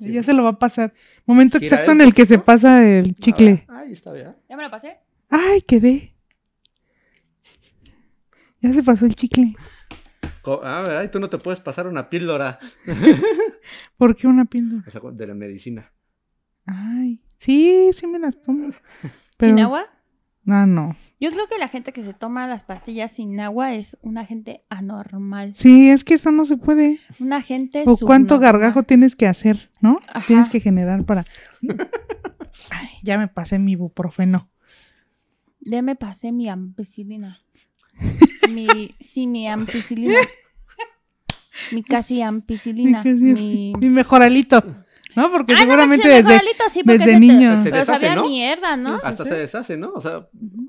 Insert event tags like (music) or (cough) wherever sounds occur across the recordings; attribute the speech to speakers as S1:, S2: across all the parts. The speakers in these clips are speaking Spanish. S1: Sí. Ya se lo va a pasar. Momento exacto en el que se pasa el chicle.
S2: Ah, ahí está, ¿verdad?
S3: ¿Ya me lo pasé?
S1: ¡Ay, quedé! Ya se pasó el chicle.
S2: Co- Ah, ¿verdad? Y tú no te puedes pasar una píldora.
S1: ¿Por qué una píldora?
S2: O sea, de la medicina.
S1: Ay, sí, sí me las
S2: (laughs)
S1: tomo. Pero,
S3: ¿Sin agua?
S1: No, no.
S3: Yo creo que la gente que se toma las pastillas sin agua es una gente anormal.
S1: Sí, es que eso no se puede.
S3: Una gente.
S1: O cuánto
S3: subnormal.
S1: gargajo tienes que hacer, ¿no?
S3: Ajá.
S1: Tienes que generar
S2: (laughs)
S1: para. Ay, ya me pasé mi buprofeno.
S3: Ya me pasé
S1: (laughs)
S3: mi ampicilina. mi, sí, mi ampicilina. Mi casi ampicilina.
S1: Mi casi
S3: Mi...
S1: Mi mejoralito, ¿no? Porque
S3: Ah, no
S1: seguramente
S3: manches,
S1: desde.
S3: mejoralito, sí, porque
S1: desde
S3: ese te-
S1: niño.
S2: Se
S3: Pero
S2: deshace,
S3: sabía
S2: ¿no?
S3: mierda, ¿no?
S2: Hasta se deshace, ¿no? O sea,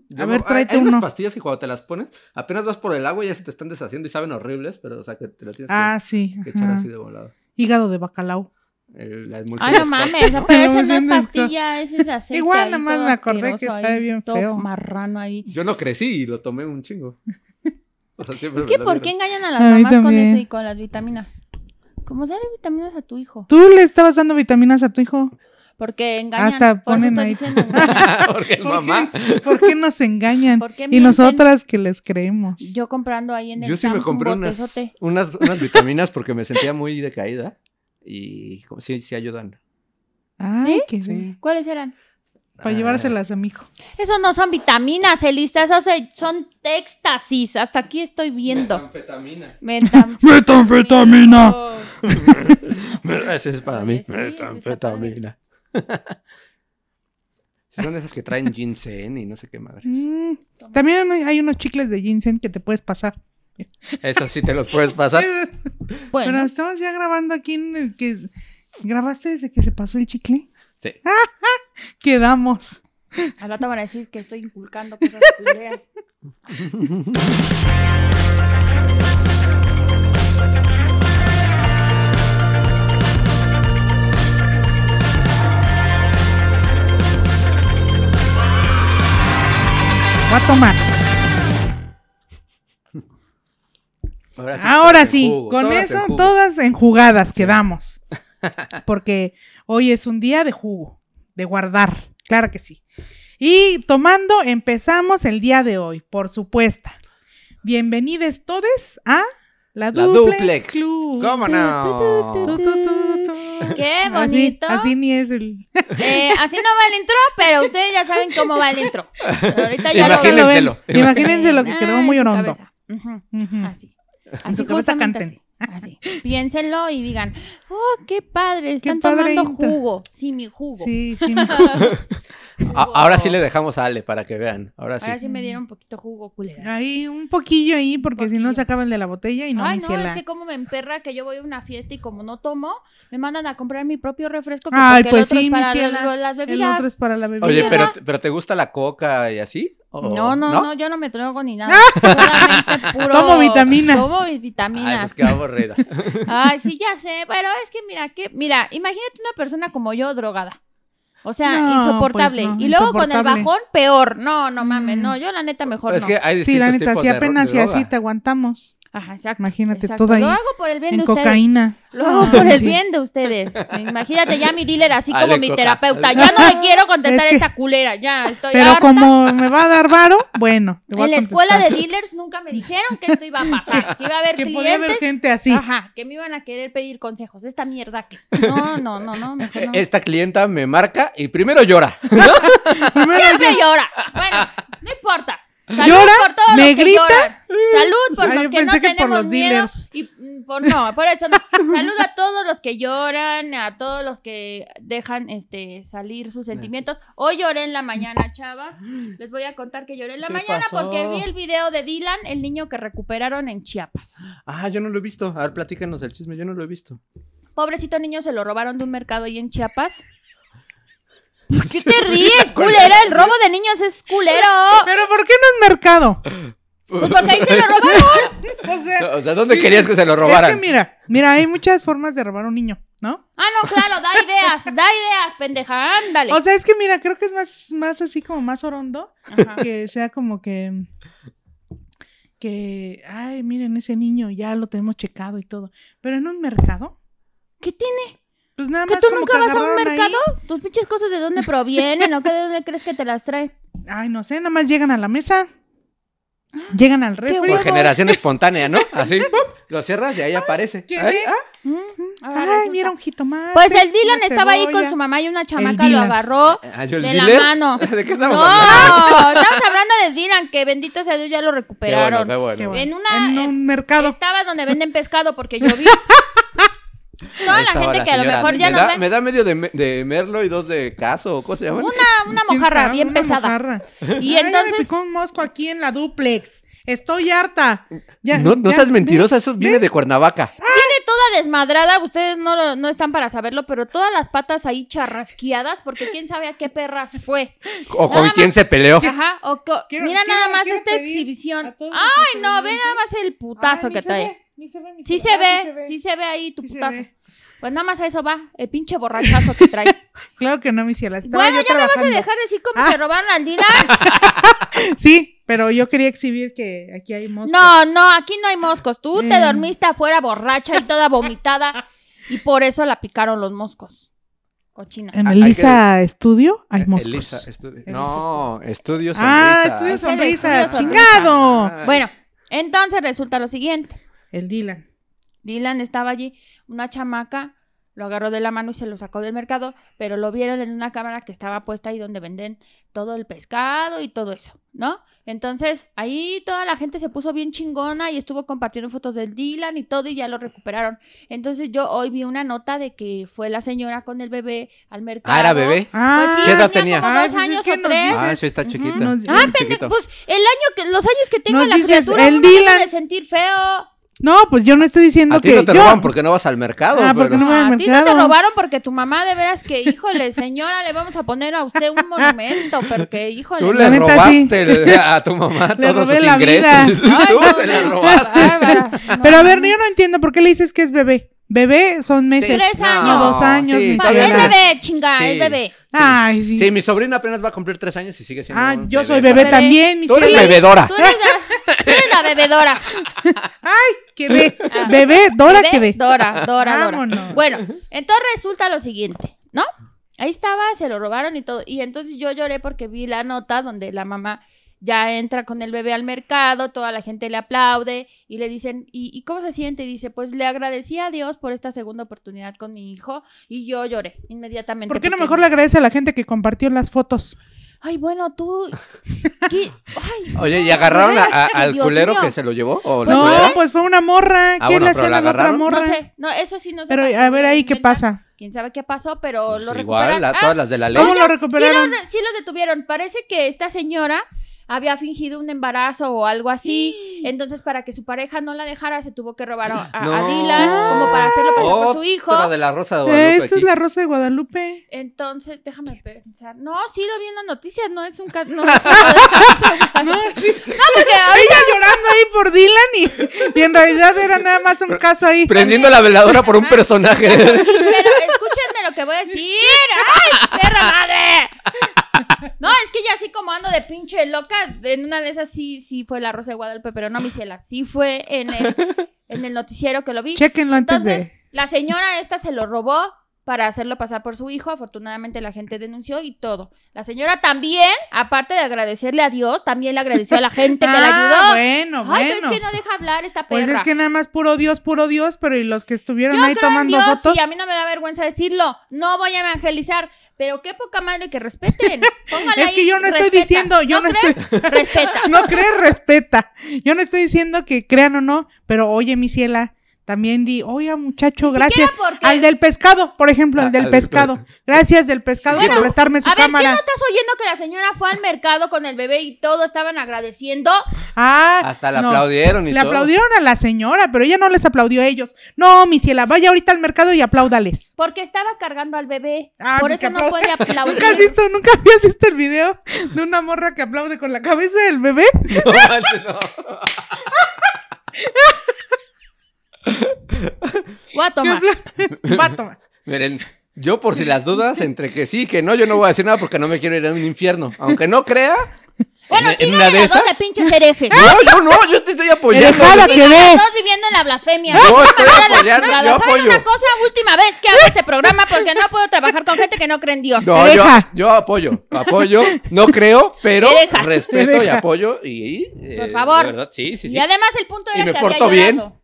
S2: yo
S1: A ver,
S2: no- hay-
S1: tráete
S2: hay unas
S1: uno.
S2: pastillas que cuando te las pones, apenas vas por el agua y ya se te están deshaciendo y saben horribles, pero o sea, que te las tienes que-
S1: Ah, sí.
S2: que, echar
S1: ajá.
S2: así de volado.
S1: Hígado de bacalao.
S2: El- la emulsión
S3: Ay, Ah, no
S2: Scott.
S3: mames,
S1: (laughs)
S3: pero esa no es
S1: Emulsión de
S3: pastilla, ese es aceite.
S1: Igual
S3: ahí
S1: nomás
S3: todo
S1: me acordé que
S3: asqueroso,
S1: sabe
S3: ahí
S1: bien
S3: todo
S1: feo.
S3: marrano ahí.
S2: Yo no crecí y lo tomé
S1: (laughs)
S2: un chingo. O sea, siempre
S3: Es
S2: me
S3: que
S2: lo
S3: ¿por
S2: (laughs)
S3: qué
S2: dieron.
S3: engañan a las
S1: A mí
S3: mamás con
S1: también.
S3: eso y con las vitaminas? Como dale vitaminas a tu hijo.
S1: Tú le estabas dando vitaminas a tu hijo.
S3: Porque engañan.
S1: Hasta
S3: por eso
S1: ponen
S3: estoy
S1: ahí.
S3: diciendo
S1: (laughs)
S3: engañan.
S2: Ah, Porque el
S1: ¿Por qué?
S2: mamá.
S1: ¿Por qué nos engañan?
S3: ¿Por qué
S1: Y
S3: mienten?
S1: nosotras que les creemos.
S3: Yo comprando ahí en el
S2: Yo sí me
S3: Sam's un
S2: compré unas,
S3: botezote.
S2: unas, unas vitaminas porque me sentía muy decaída. Y como- sí, sí ayudan.
S1: Ay, qué
S2: Sí.
S3: ¿Cuáles eran?
S1: Para llevárselas a mi hijo.
S3: Eso no son vitaminas, Elisa, esas se- son éxtasis. Hasta aquí estoy
S2: Ah,
S3: viendo.
S2: Metanfetamina.
S1: (laughs)
S3: Metam-
S1: Metanfetamina.
S2: (laughs) Ese es para
S3: Oye,
S2: mí.
S3: sí, ese está
S2: Metanfetamina. (laughs) Sí, Son esas que traen ginseng y no sé qué madre.
S1: Mm, También hay- hay unos chicles de ginseng que te puedes pasar.
S2: Eso sí te los puedes pasar.
S1: Pero
S3: Bueno,
S1: estamos ya grabando aquí. en el que ¿Grabaste desde que se pasó el chicle?
S2: Sí.
S1: Quedamos.
S3: al rato van a decir que estoy inculcando cosas
S1: (laughs)
S3: culeras.
S1: Voy a tomar.
S2: Ahora sí.
S1: Ahora
S2: todas en
S1: sí,
S2: jugo,
S1: con
S2: todas en
S1: eso
S2: jugo.
S1: todas enjugadas
S2: (laughs)
S1: quedamos. Porque hoy es un día de jugo, de guardar, claro que sí. Y tomando empezamos el día de hoy, por supuesto. Bienvenidos todos a la
S2: La
S1: Duplex,
S2: duplex.
S1: Club.
S2: ¿Cómo no?
S3: Tu, tu,
S1: Tu, tu, tu, tu.
S3: Qué
S1: Así-
S3: bonito.
S1: Así, ni es el...
S3: Eh, así no va el intro, pero ustedes ya saben cómo va el intro.
S2: (laughs)
S3: Ahorita ya
S2: Imagínense
S3: lo
S2: lo
S3: ven.
S2: Imagínenselo.
S1: Imagínense lo que quedó
S3: Ah, en
S1: muy
S3: su
S1: orondo.
S3: cabeza. Ujú,
S1: Ujú.
S3: Así. Así
S1: su cabeza
S3: justamente
S1: canten.
S3: Así. así. Piénsenlo y digan, oh, qué padre, están
S1: padre
S3: tomando
S1: intro".
S3: jugo. Sí, mi jugo.
S1: Sí, sí. mi-
S2: A- Ah, Ahora sí le dejamos a Ale para que vean. Ahora sí.
S3: Ahora sí me dieron un poquito jugo culera.
S1: Ahí un poquillo ahí porque si no
S3: Poquillo.
S1: se acaba el de la botella y no
S3: Ay,
S1: me
S3: no,
S1: hice la-
S3: es que como me emperra que yo voy a una fiesta y como no tomo, me mandan a comprar mi propio refresco. que
S1: Ay,
S3: porque
S1: pues
S3: el otro
S1: sí,
S3: es
S1: mi
S3: para
S1: ciela,
S3: lo- las
S1: El
S3: bebidas.
S1: otro es para la bebida.
S2: Oye,
S3: Mira.
S2: pero, pero ¿te gusta la coca y así? ¿O
S3: No, no, no, yo no me trago
S1: (laughs)
S3: ni nada. Solamente puro-
S1: Tomo vitaminas.
S3: Tomo
S2: Ay, pues
S3: vitaminas.
S2: qué
S3: (laughs)
S2: aburrida.
S3: Ay, sí, ya sé, pero es que mira, que, mira, imagínate una persona como yo drogada. O sea,
S1: No,
S3: insoportable.
S1: pues no,
S3: y luego con
S1: insoportable.
S3: el bajón, peor. No, no mames,
S1: Mm.
S3: no, yo la neta mejor
S2: es
S3: no.
S2: que hay distintos
S1: Sí, la neta,
S2: tipos
S1: si
S2: de ro-
S1: apenas
S2: de
S1: y así
S2: droga.
S1: te aguantamos
S3: Ajá, exacto.
S1: Imagínate,
S3: exacto.
S1: todo ahí
S3: Lo hago por el bien
S1: en
S3: de ustedes.
S1: cocaína.
S3: Lo hago
S1: Ah,
S3: por el
S1: sí.
S3: bien de ustedes. Imagínate ya mi dealer así
S2: Dale,
S3: como mi
S2: coca.
S3: terapeuta. Ya no le quiero contestar
S1: Es que-
S3: esta culera. Ya estoy
S1: Pero
S3: harta.
S1: como me va a dar varo, bueno. te voy
S3: En
S1: a
S3: la escuela de
S1: contestar.
S3: dealers nunca me dijeron que esto iba a
S1: (laughs)
S3: pasar. Que iba a haber
S1: Que podía
S3: clientes
S1: haber gente así.
S3: Ajá, que me iban a querer pedir consejos. Esta mierda que. No, no, no, no,
S2: (laughs)
S3: mejor no.
S2: Esta clienta me marca y primero
S3: (laughs)
S2: llora.
S1: (laughs) Primero
S3: Siempre llora. Bueno, no importa. Salud
S1: ¿Llora?
S3: por todos
S1: ¿Me
S3: los que
S1: grita?
S3: lloran. Salud por
S1: Ay,
S3: los
S1: yo
S3: que no
S1: pensé que por
S3: tenemos
S1: los
S3: miedo.
S1: dealers.
S3: Y mm, por no, por eso no. Salud a todos los que lloran, a todos los que dejan este salir sus sentimientos. Hoy lloré en la mañana, chavas. Les voy a contar que lloré en la
S2: ¿Qué
S3: mañana
S2: pasó?
S3: porque vi el video de Dylan, el niño que recuperaron en Chiapas.
S2: Ah, yo no lo he visto. A ver, platícanos el chisme. Yo no lo he visto.
S3: Pobrecito niño, se lo robaron de un mercado ahí en
S1: (laughs)
S3: Chiapas. ¿Por
S2: (laughs)
S3: qué te ríes, culera? El robo de niños es culero.
S1: Pero ¿por qué no es mercado?
S3: Pues porque ahí se lo robaron.
S1: O sea,
S2: O sea, ¿dónde querías que se lo
S1: es
S2: robaran?
S1: que mira, mira, hay muchas formas de robar a un niño, ¿no?
S3: Ah, no, claro, da ideas, da ideas, pendeja, ándale.
S1: O sea, es que mira, creo que es más, más así como más orondo,
S3: Ajá.
S1: que sea como que, que, ay, miren, ese niño ya lo tenemos checado y todo. Pero en un mercado,
S3: ¿Qué tiene?
S1: Pues nada
S3: ¿Que
S1: más
S3: tú
S1: como
S3: nunca vas a un
S1: agarraron ahí.
S3: mercado? ¿Tus pinches cosas de dónde provienen o qué de dónde crees que te las traen?
S1: Ay, no sé, nada más llegan a la mesa. Llegan al refri.
S3: huevo.
S1: (laughs)
S2: Por generación espontánea, ¿no? Así, ¡pop! lo cierras y ahí aparece.
S1: ¿qué?
S2: Ay, ah,
S3: Mm, ahora
S1: Ay,
S3: resulta.
S1: mira un jitomate.
S3: Pues el Dylan
S1: una
S3: estaba ahí con
S1: cebolla.
S3: su mamá y una chamaca lo
S1: Dylan.
S3: agarró
S2: ah, yo
S3: de
S2: el
S3: la
S2: dealer. (laughs)
S3: mano.
S2: ¿De qué
S3: No,
S2: estamos hablando?
S3: estamos hablando de Dylan, que bendito sea Dios ya
S2: Qué
S3: lo
S2: bueno,
S3: recuperaron.
S2: qué bueno.
S1: Qué bueno.
S3: En una-
S1: En
S3: en-
S1: un mercado.
S3: Estaba donde venden pescado porque yo vi. Toda
S2: Ahí
S3: la
S2: estaba
S3: gente que a lo
S2: señora.
S3: mejor ya
S2: me
S3: no
S2: da,
S3: ve.
S2: Me da medio de, me- de merlo y dos de caso, o ¿cómo se llaman?
S3: Una, una
S1: ¿Quién
S3: mojarra
S1: sabe?
S3: bien
S1: Una
S3: pesada.
S1: mojarra.
S3: Y
S1: Ay,
S3: entonces-
S1: me picó un mosco aquí en la duplex. Estoy harta. Ya-
S2: no no
S1: ya- Ah,
S2: seas mentirosa, eso viene de Cuernavaca.
S3: Tiene toda desmadrada, ustedes no, lo- no están para saberlo, pero todas las patas ahí charrasqueadas porque quién sabe a qué perras fue.
S2: O
S3: Nada
S2: con
S3: más-
S2: quién se peleó.
S3: Ajá, o co-
S1: Quiero-
S3: mira
S1: quiero-
S3: nada más
S1: quiero
S3: esta
S1: pedir
S3: exhibición.
S1: a todos
S3: Ay,
S1: nuestros
S3: no, ve
S1: televidentes.
S3: nada más el
S1: Ay,
S3: putazo
S1: ni
S3: que
S1: se
S3: trae.
S1: ve, ni se ve, ni
S3: Sí se
S1: Ah,
S3: ve, sí se ve ahí tu
S1: Sí se
S3: putazo.
S1: ve.
S3: Pues nada más a eso va, el pinche borrachazo
S1: (laughs)
S3: que trae.
S1: Claro que no, mi ciela. Estaba
S3: bueno,
S1: yo
S3: ya me vas a
S1: trabajando.
S3: dejar decir cómo
S1: Ah.
S3: se robaron
S1: (laughs)
S3: al Dylan.
S1: Sí, pero yo quería exhibir que aquí hay moscos.
S3: No, no, aquí no hay moscos. Tú te
S1: Mm.
S3: dormiste afuera borracha y toda vomitada y por eso la picaron los moscos. Cochina.
S1: En
S2: Ah,
S1: el
S2: hay
S1: Lisa Studio hay
S2: Eh,
S1: moscos.
S2: Elisa, estudio-
S1: Elisa
S2: No, estudios
S1: ah, Estudio
S2: estudios
S3: Es el
S1: Sonrisa.
S3: Estudio Sonrisa. Ah,
S1: ¡Chingado!
S2: Ah,
S3: Bueno, entonces resulta lo siguiente.
S1: El Dylan.
S3: Pues Dylan estaba allí, una chamaca lo agarró de la mano y se lo sacó del mercado, pero lo vieron en una cámara que estaba puesta ahí donde venden todo el pescado y todo eso, ¿no? Entonces ahí toda la gente se puso bien chingona y estuvo compartiendo fotos del Dylan y todo y ya lo recuperaron. Entonces yo hoy vi una nota de que fue la señora con el bebé al mercado.
S2: Ah, era bebé.
S1: Ah,
S3: Pues sí,
S2: ¿Qué edad
S3: tenía?
S2: tenía?
S3: Como
S1: Ay,
S3: dos
S1: pues es
S3: años
S1: que
S3: o
S1: nos
S3: tres.
S1: dices-
S2: Ah, sí, está
S1: Ujú.
S2: chiquita.
S1: Nos-
S3: Ah,
S2: Muy
S3: pende-
S2: chiquito.
S3: pues el año que, los años que tenga
S1: Nos
S3: la
S1: dices,
S3: criatura
S1: el
S3: uno no
S1: Dylan-
S3: debe de sentir feo.
S1: no, pues yo no estoy diciendo
S2: A ti
S1: que.
S2: no te
S1: yo...
S2: roban porque no vas al mercado.
S1: Ah, porque
S2: pero-
S1: no voy al
S3: a ti no te
S1: mercado.
S3: robaron porque tu mamá de veras que, híjole, señora, le vamos a poner a usted un monumento, porque, híjole.
S2: Tú
S3: no.
S2: le
S1: La neta, sí.
S2: robaste el- (laughs) a tu mamá
S1: Le
S2: todos
S1: robé
S2: sus
S1: la vida.
S2: ingresos.
S3: Ay,
S2: (laughs) Tú
S3: no,
S2: se
S3: no,
S2: la
S3: no,
S2: robaste.
S3: bárbara,
S1: (laughs)
S3: no,
S1: Pero a ver,
S3: no.
S1: yo no entiendo por qué le dices que es bebé. Bebé son meses.
S3: Tres años.
S1: O dos años, mi
S3: Pa-
S1: cielo.
S3: Es
S1: Hola.
S3: bebé, chinga,
S2: Sí.
S3: es bebé.
S1: Ay, sí.
S2: Sí, mi sobrina apenas va a cumplir tres años y sigue siendo.
S1: ah,
S2: un
S1: yo soy
S2: bebé
S1: bebé
S3: para-
S1: también, mi
S2: Tú eres
S1: cielo.
S2: bebedora.
S3: Tú eres la, tú eres la bebedora.
S1: Quedé.
S3: (laughs) Ah.
S1: Bebé, Dora Ah, quedé.
S3: Bebé, Dora, Dora, Dora.
S1: Vámonos.
S3: Bueno, entonces resulta lo siguiente, ¿no? Ahí estaba, se lo robaron y todo. Y entonces yo lloré porque vi la nota donde la mamá ya entra con el bebé al mercado, toda la gente le aplaude y le dicen, ¿y, y cómo se siente? Y dice, pues le agradecí a Dios por esta segunda oportunidad con mi hijo y yo lloré inmediatamente.
S1: ¿Por qué no
S3: porque-
S1: mejor le agradece a la gente que compartió las fotos?
S3: Ay, bueno, tú... ¿Qué? Ay,
S2: Oye, ¿y
S3: no,
S2: agarraron a-
S3: de veras,
S2: a- al
S3: Dios
S2: culero
S3: mío.
S2: que se lo llevó? ¿O la
S3: Pues
S1: No,
S2: culera?
S1: pues fue una morra.
S2: ¿eh? Ah,
S1: ¿Qué
S2: bueno,
S1: le
S2: pero
S1: hacían
S2: la
S1: a la otra
S2: agarraron.
S1: morra?
S3: No sé, no, eso sí no sé.
S1: Pero
S3: para qué
S1: a ver
S3: lo
S1: ahí qué
S3: inventan.
S1: pasa.
S3: Quién sabe qué pasó, pero
S2: Pues
S3: lo
S2: igual,
S3: recuperan.
S2: a
S3: Ah,
S2: todas las de la ley.
S1: ¿Cómo lo
S3: Sí, lo-
S1: recuperaron?
S3: sí los detuvieron. Parece que esta señora había fingido un embarazo o algo así. Entonces, para que su pareja no la dejara, se tuvo que robar a, a- a
S2: No.
S3: Dylan, como para hacerlo pasar por su hijo.
S2: Otra de la Rosa de
S1: Eh,
S2: Guadalupe
S1: Esto es
S2: aquí.
S1: la Rosa de Guadalupe.
S3: Entonces, déjame pensar. No, sí lo vi en las noticias, no es un caso.
S2: (laughs)
S3: No, es un caso- no, porque ahorita
S1: Ella llorando ahí por Dylan y, y en realidad era nada más un caso ahí.
S2: Prendiendo la veladora por un
S1: Ah. (laughs)
S2: personaje.
S3: Pero escúchenme lo que voy a decir. ¡Ay, perra madre! No, es que ya así como ando de pinche loca, en una de esas sí, sí fue la Rosa de Guadalupe, pero no, mi ciela, sí fue en el, en el noticiero que lo vi.
S1: Chequenlo antes
S3: Entonces,
S1: de.
S3: la señora esta se lo robó para hacerlo pasar por su hijo. Afortunadamente la gente denunció y todo. La señora también, aparte de agradecerle a Dios, también le agradeció a la gente que la
S1: Ah,
S3: ayudó.
S1: bueno, bueno.
S3: Ay, pero es que no deja hablar esta perra.
S1: Pues es que nada más puro Dios, puro Dios, pero y los que estuvieron
S3: Yo
S1: ahí
S3: creo en
S1: tomando
S3: Dios
S1: fotos.
S3: y a mí no me da vergüenza decirlo. No voy a evangelizar, pero qué poca madre
S1: (laughs)
S3: que respeten. Póngale
S1: Es que
S3: ahí,
S1: yo no estoy
S3: respeta.
S1: diciendo, yo no
S3: crees?
S1: estoy- (laughs)
S3: Respeta.
S1: No crees, respeta. Yo no estoy diciendo que crean o no, pero oye, mi ciela, también di, oiga, muchacho,
S3: Ni
S1: gracias.
S3: siquiera porque-
S1: Al del pescado, por ejemplo, al
S2: Ah,
S1: del
S2: al del
S1: pescado.
S2: pe-
S1: Gracias del pescado
S2: Bueno,
S1: por prestarme su
S3: a ver, ¿quién
S1: cámara.
S3: no estás oyendo que la señora fue al mercado con el bebé y todos estaban agradeciendo?
S1: Ah,
S2: Hasta la
S1: no.
S2: aplaudieron y
S1: Le
S2: todo.
S1: aplaudieron a la señora, pero ella no les aplaudió a ellos. No, mi ciela, vaya ahorita al mercado y apláudales.
S3: Porque estaba cargando al bebé.
S1: Ah,
S3: Por
S1: pues
S3: eso
S1: que
S3: no puede
S1: (laughs)
S3: aplaudir.
S1: ¿Nunca has visto, nunca habías visto el video de una morra que aplaude con la cabeza del bebé?
S2: (laughs) No, manches, no.
S3: Voy a tomar.
S1: Que
S2: (laughs)
S1: apla- Va a tomar.
S2: Miren,
S1: (laughs) (laughs)
S2: yo por si las dudas, entre que sí y que no, yo no voy a decir nada porque no me quiero ir a un infierno. Aunque no crea,
S3: Bueno,
S4: ¿En- en
S3: sí,
S4: una
S3: dale
S4: de
S3: las dos de
S4: esas?
S3: pinches herejes.
S2: No, yo no, yo te estoy apoyando.
S1: Dejada
S2: yo
S1: que ve.
S3: Todos viviendo en la blasfemia.
S2: Yo
S3: Vamos a
S2: estoy
S3: hablar a la
S2: apoyando,
S3: chingada.
S2: yo
S3: ¿Saben
S2: apoyo.
S3: una cosa? Última vez que hago este programa porque no puedo trabajar con gente que no cree en Dios.
S2: No, yo,
S1: Hereja.
S2: yo apoyo, apoyo, no creo, pero
S3: Hereja.
S2: respeto y
S1: Hereja.
S2: apoyo y,
S4: Eh,
S3: Por favor.
S4: de verdad, sí, sí, sí.
S3: Y además el punto
S4: Y
S3: era
S4: me
S3: que
S4: porto
S3: había
S4: bien.
S1: (laughs)
S3: llorado.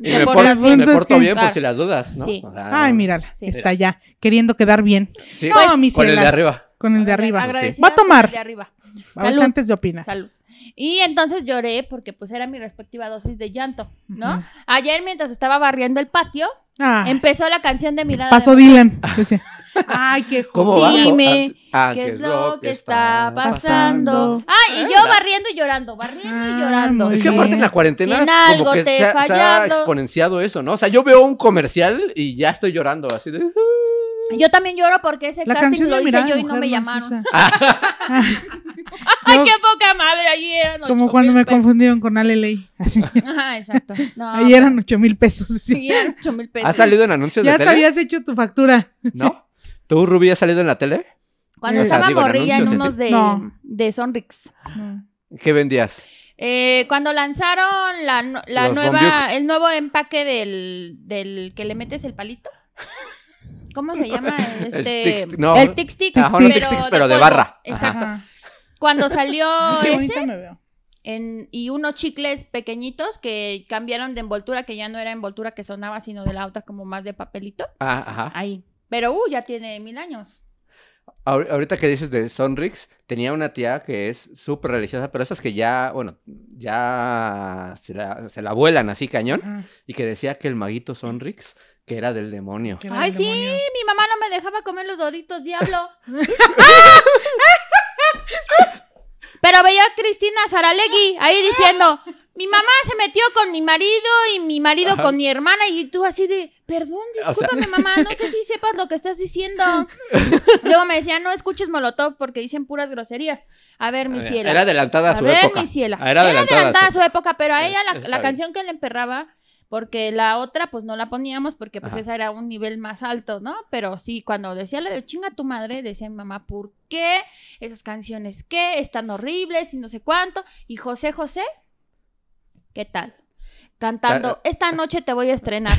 S2: y
S3: Te
S2: me, por-
S3: portas
S2: me
S1: bien.
S2: porto
S1: Entonces,
S2: bien por
S3: claro.
S2: si las dudas, ¿no?
S3: Sí.
S2: O sea,
S1: Ay, mírala.
S3: Sí.
S1: Está ya queriendo quedar bien.
S2: Ah. sí,
S1: No,
S2: pues,
S1: mis
S2: con el de
S1: cielas.
S2: arriba.
S1: Con el de arriba.
S2: Agrade-
S3: Agradecida
S1: Va a tomar.
S3: por el de arriba.
S1: Ahorita
S3: Salud.
S1: antes de opinar.
S3: Salud. Y entonces lloré porque pues era mi respectiva dosis de llanto, ¿no?
S1: Ujú.
S3: Ayer mientras estaba barriendo el patio,
S1: Ah,
S3: empezó la canción de Mirada.
S1: pasó
S3: de...
S1: Dylan. Decía, Ay, qué
S2: (laughs) ¿Cómo
S1: jodido.
S2: va?
S3: Dime,
S2: Ah,
S3: ¿Qué es lo que está pasando?
S1: pasando?
S3: Ay, y yo barriendo y llorando, barriendo y
S1: Ah,
S3: llorando.
S1: muy
S2: Es que aparte en la cuarentena
S3: Sin algo
S2: como que
S3: te
S2: se ha, se ha
S3: fallando.
S2: exponenciado eso, ¿no? O sea, yo veo un comercial y ya estoy llorando así de...
S3: Pues Yo también lloro porque ese
S1: La
S3: casting
S1: canción
S3: lo
S1: de
S3: hice
S1: Mirada
S3: yo
S1: de
S3: y no
S1: Mujer
S3: me
S1: Maciza.
S3: llamaron.
S1: Yo-
S2: Ah.
S3: (laughs) Ay, qué poca madre, ahí eran ocho
S1: Como cuando
S3: mil
S1: me
S3: pesos.
S1: confundieron con Ale Ley. Así.
S3: Ajá, exacto. No,
S1: Ahí eran ocho mil pesos. decía.
S3: Ah, Sí, eran ocho mil pesos.
S2: ¿Has salido en anuncios
S1: Ya
S2: de
S1: hasta
S2: tele?
S1: habías hecho tu factura.
S3: (laughs)
S2: ¿No? ¿Tú, Rubí, has salido en la tele?
S3: Cuando
S1: Eh,
S3: estaba
S2: digo, en
S3: morrilla en
S2: anuncios,
S3: unos de,
S1: No.
S3: de Sonrix.
S2: ¿Qué vendías?
S3: Eh, cuando lanzaron la, no- la
S2: Los
S3: nueva,
S2: bombiux.
S3: el nuevo empaque del, del que le metes el palito. ¿Cómo se
S2: (laughs)
S3: llama? Este,
S2: Tix- no.
S3: el Tix Tix.
S2: Ajá, un Tix Tix, pero de
S3: polvo.
S2: barra.
S3: Exacto.
S1: Ajá.
S3: Cuando salió
S1: (laughs) Qué
S3: ese
S1: bonita me veo.
S3: en- y unos chicles pequeñitos que cambiaron de envoltura, que ya no era envoltura que sonaba, sino de la otra como más de papelito.
S2: Ah, ajá.
S3: Ahí. Pero, uh, ya tiene mil años.
S2: Ahor- Ahorita que dices de Sonrix, tenía una tía que es súper religiosa, pero esas que ya, bueno, ya se la, se la vuelan así cañón,
S1: Ajá.
S2: y que decía que el maguito Sonrix, que era del demonio.
S1: Que era
S3: Ay,
S1: el
S3: sí,
S1: demonio.
S3: mi mamá no me dejaba comer los doritos,
S2: (laughs)
S3: diablo. Pero veía a Cristina Saralegui ahí diciendo, mi mamá se metió con mi marido y mi marido
S2: Ajá.
S3: con mi hermana y tú así de, perdón,
S2: O sea- (laughs)
S3: discúlpame mamá, no sé si sepas lo que estás diciendo. Luego me decía, no escuches Molotov porque dicen puras groserías. A ver, mi cielo.
S2: Eh, Era adelantada a su
S3: ver,
S2: época.
S3: mi ciela.
S2: Era adelantada,
S3: a su época, pero a
S2: Eh,
S3: ella la-
S2: está
S3: la,
S2: bien.
S3: canción que le emperraba, porque la otra pues no la poníamos porque pues
S2: Ajá.
S3: esa era un nivel más alto, ¿no? Pero sí, cuando decía la de chinga tu madre, decía mi mamá, ¿por qué? Esas canciones, ¿qué? Están horribles y no sé cuánto. Y José José, ¿qué tal? Cantando,
S2: eh,
S3: esta noche te voy
S2: (laughs)
S3: a estrenar.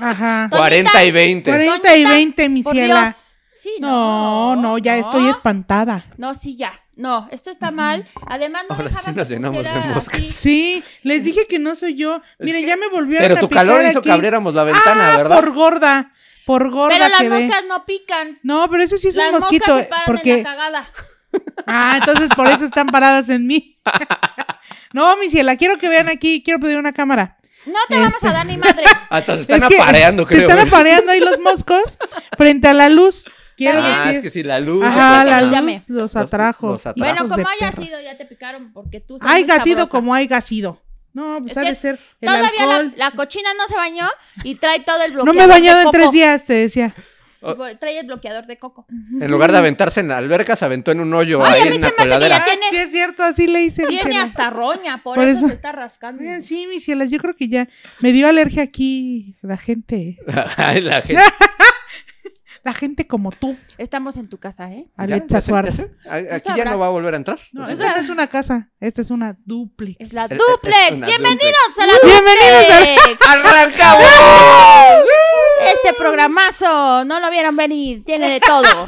S1: Ajá.
S3: Toñita,
S2: 40 y 20.
S1: 40 y 20, mi
S3: Por
S1: ciela.
S3: Dios. Sí,
S1: No, no, ya estoy espantada.
S3: No, sí, ya. No, esto está mal. Además, no
S2: Ahora
S3: dejaba
S2: sí nos
S3: que
S2: llenamos de
S3: pusiera
S2: moscas.
S3: así.
S1: Sí, les dije que no soy yo. Miren, ya me volvieron
S2: Pero
S1: a
S2: tu
S1: picar
S2: calor hizo
S1: aquí. Ah,
S2: que abriéramos la ventana, ¿verdad?
S1: Por gorda, por gorda
S3: Pero las
S1: que ve.
S3: moscas no pican.
S1: No, pero ese sí es
S3: las
S1: un mosquito,
S3: moscas se paran en
S1: porque
S3: la cagada.
S1: ah, entonces por eso están paradas en
S2: (laughs)
S1: mí. no, mi ciela, quiero que vean aquí, quiero pedir una cámara.
S3: No te
S1: este,
S3: vamos a dar
S1: (laughs)
S3: ni madre.
S2: Hasta se Ah, están
S1: Es que
S2: apareando,
S1: Se
S2: creo.
S1: están
S2: güey.
S1: apareando ahí los moscos frente a la luz. Quiero
S2: Ah,
S1: decir,
S2: es que sí, la luz.
S1: ajá,
S3: que
S1: la
S3: los
S1: luz
S3: llame.
S1: los atrajo.
S2: los atrajo.
S1: Hijos
S3: Bueno,
S1: de
S3: como haya
S1: perra.
S3: sido, ya te picaron porque tú estás muy
S1: Haiga sido
S3: sabrosa.
S1: como haiga sido. No, pues
S3: Es
S1: ha
S3: que
S1: de ser el
S3: Todavía la,
S1: alcohol.
S3: la cochina no se bañó y trae todo el
S1: No
S3: bloqueador
S1: me he bañado
S3: de
S1: en
S3: coco.
S1: tres días, te decía.
S3: Bu- Trae el bloqueador
S1: (laughs)
S3: de coco.
S2: En lugar de aventarse en la alberca, se aventó en un hoyo
S3: Ay, a
S2: ahí
S3: mí
S2: en
S3: se
S2: la
S3: me hace que ya
S2: coladera.
S1: Ah,
S3: tiene-
S1: Sí, es cierto, así le hice. mi
S3: Tiene
S1: ciela.
S3: hasta roña, por,
S1: Por
S3: eso,
S1: eso.
S3: se está rascando.
S1: Oigan, Sí, mis cielas, yo creo que ya me dio alergia aquí la gente,
S2: (laughs) Ay,
S1: (laughs)
S2: la gente.
S1: la gente como tú,
S3: Estamos en tu casa, ¿eh?
S1: Alexa
S2: sé,
S1: Suárez.
S2: sé. A- Aquí ya
S3: sabrás.
S2: no va a volver a entrar.
S1: No,
S2: Entonces,
S1: esta no es una casa, esta es una duplex.
S3: Es la
S2: el- el-
S3: duplex.
S2: (laughs) es una
S3: Bienvenidos a la
S1: Bienvenidos a la-
S3: (laughs) duplex.
S2: ¡Arrancamos!
S3: Este programazo, no lo vieron venir, tiene
S1: (laughs)
S3: de todo.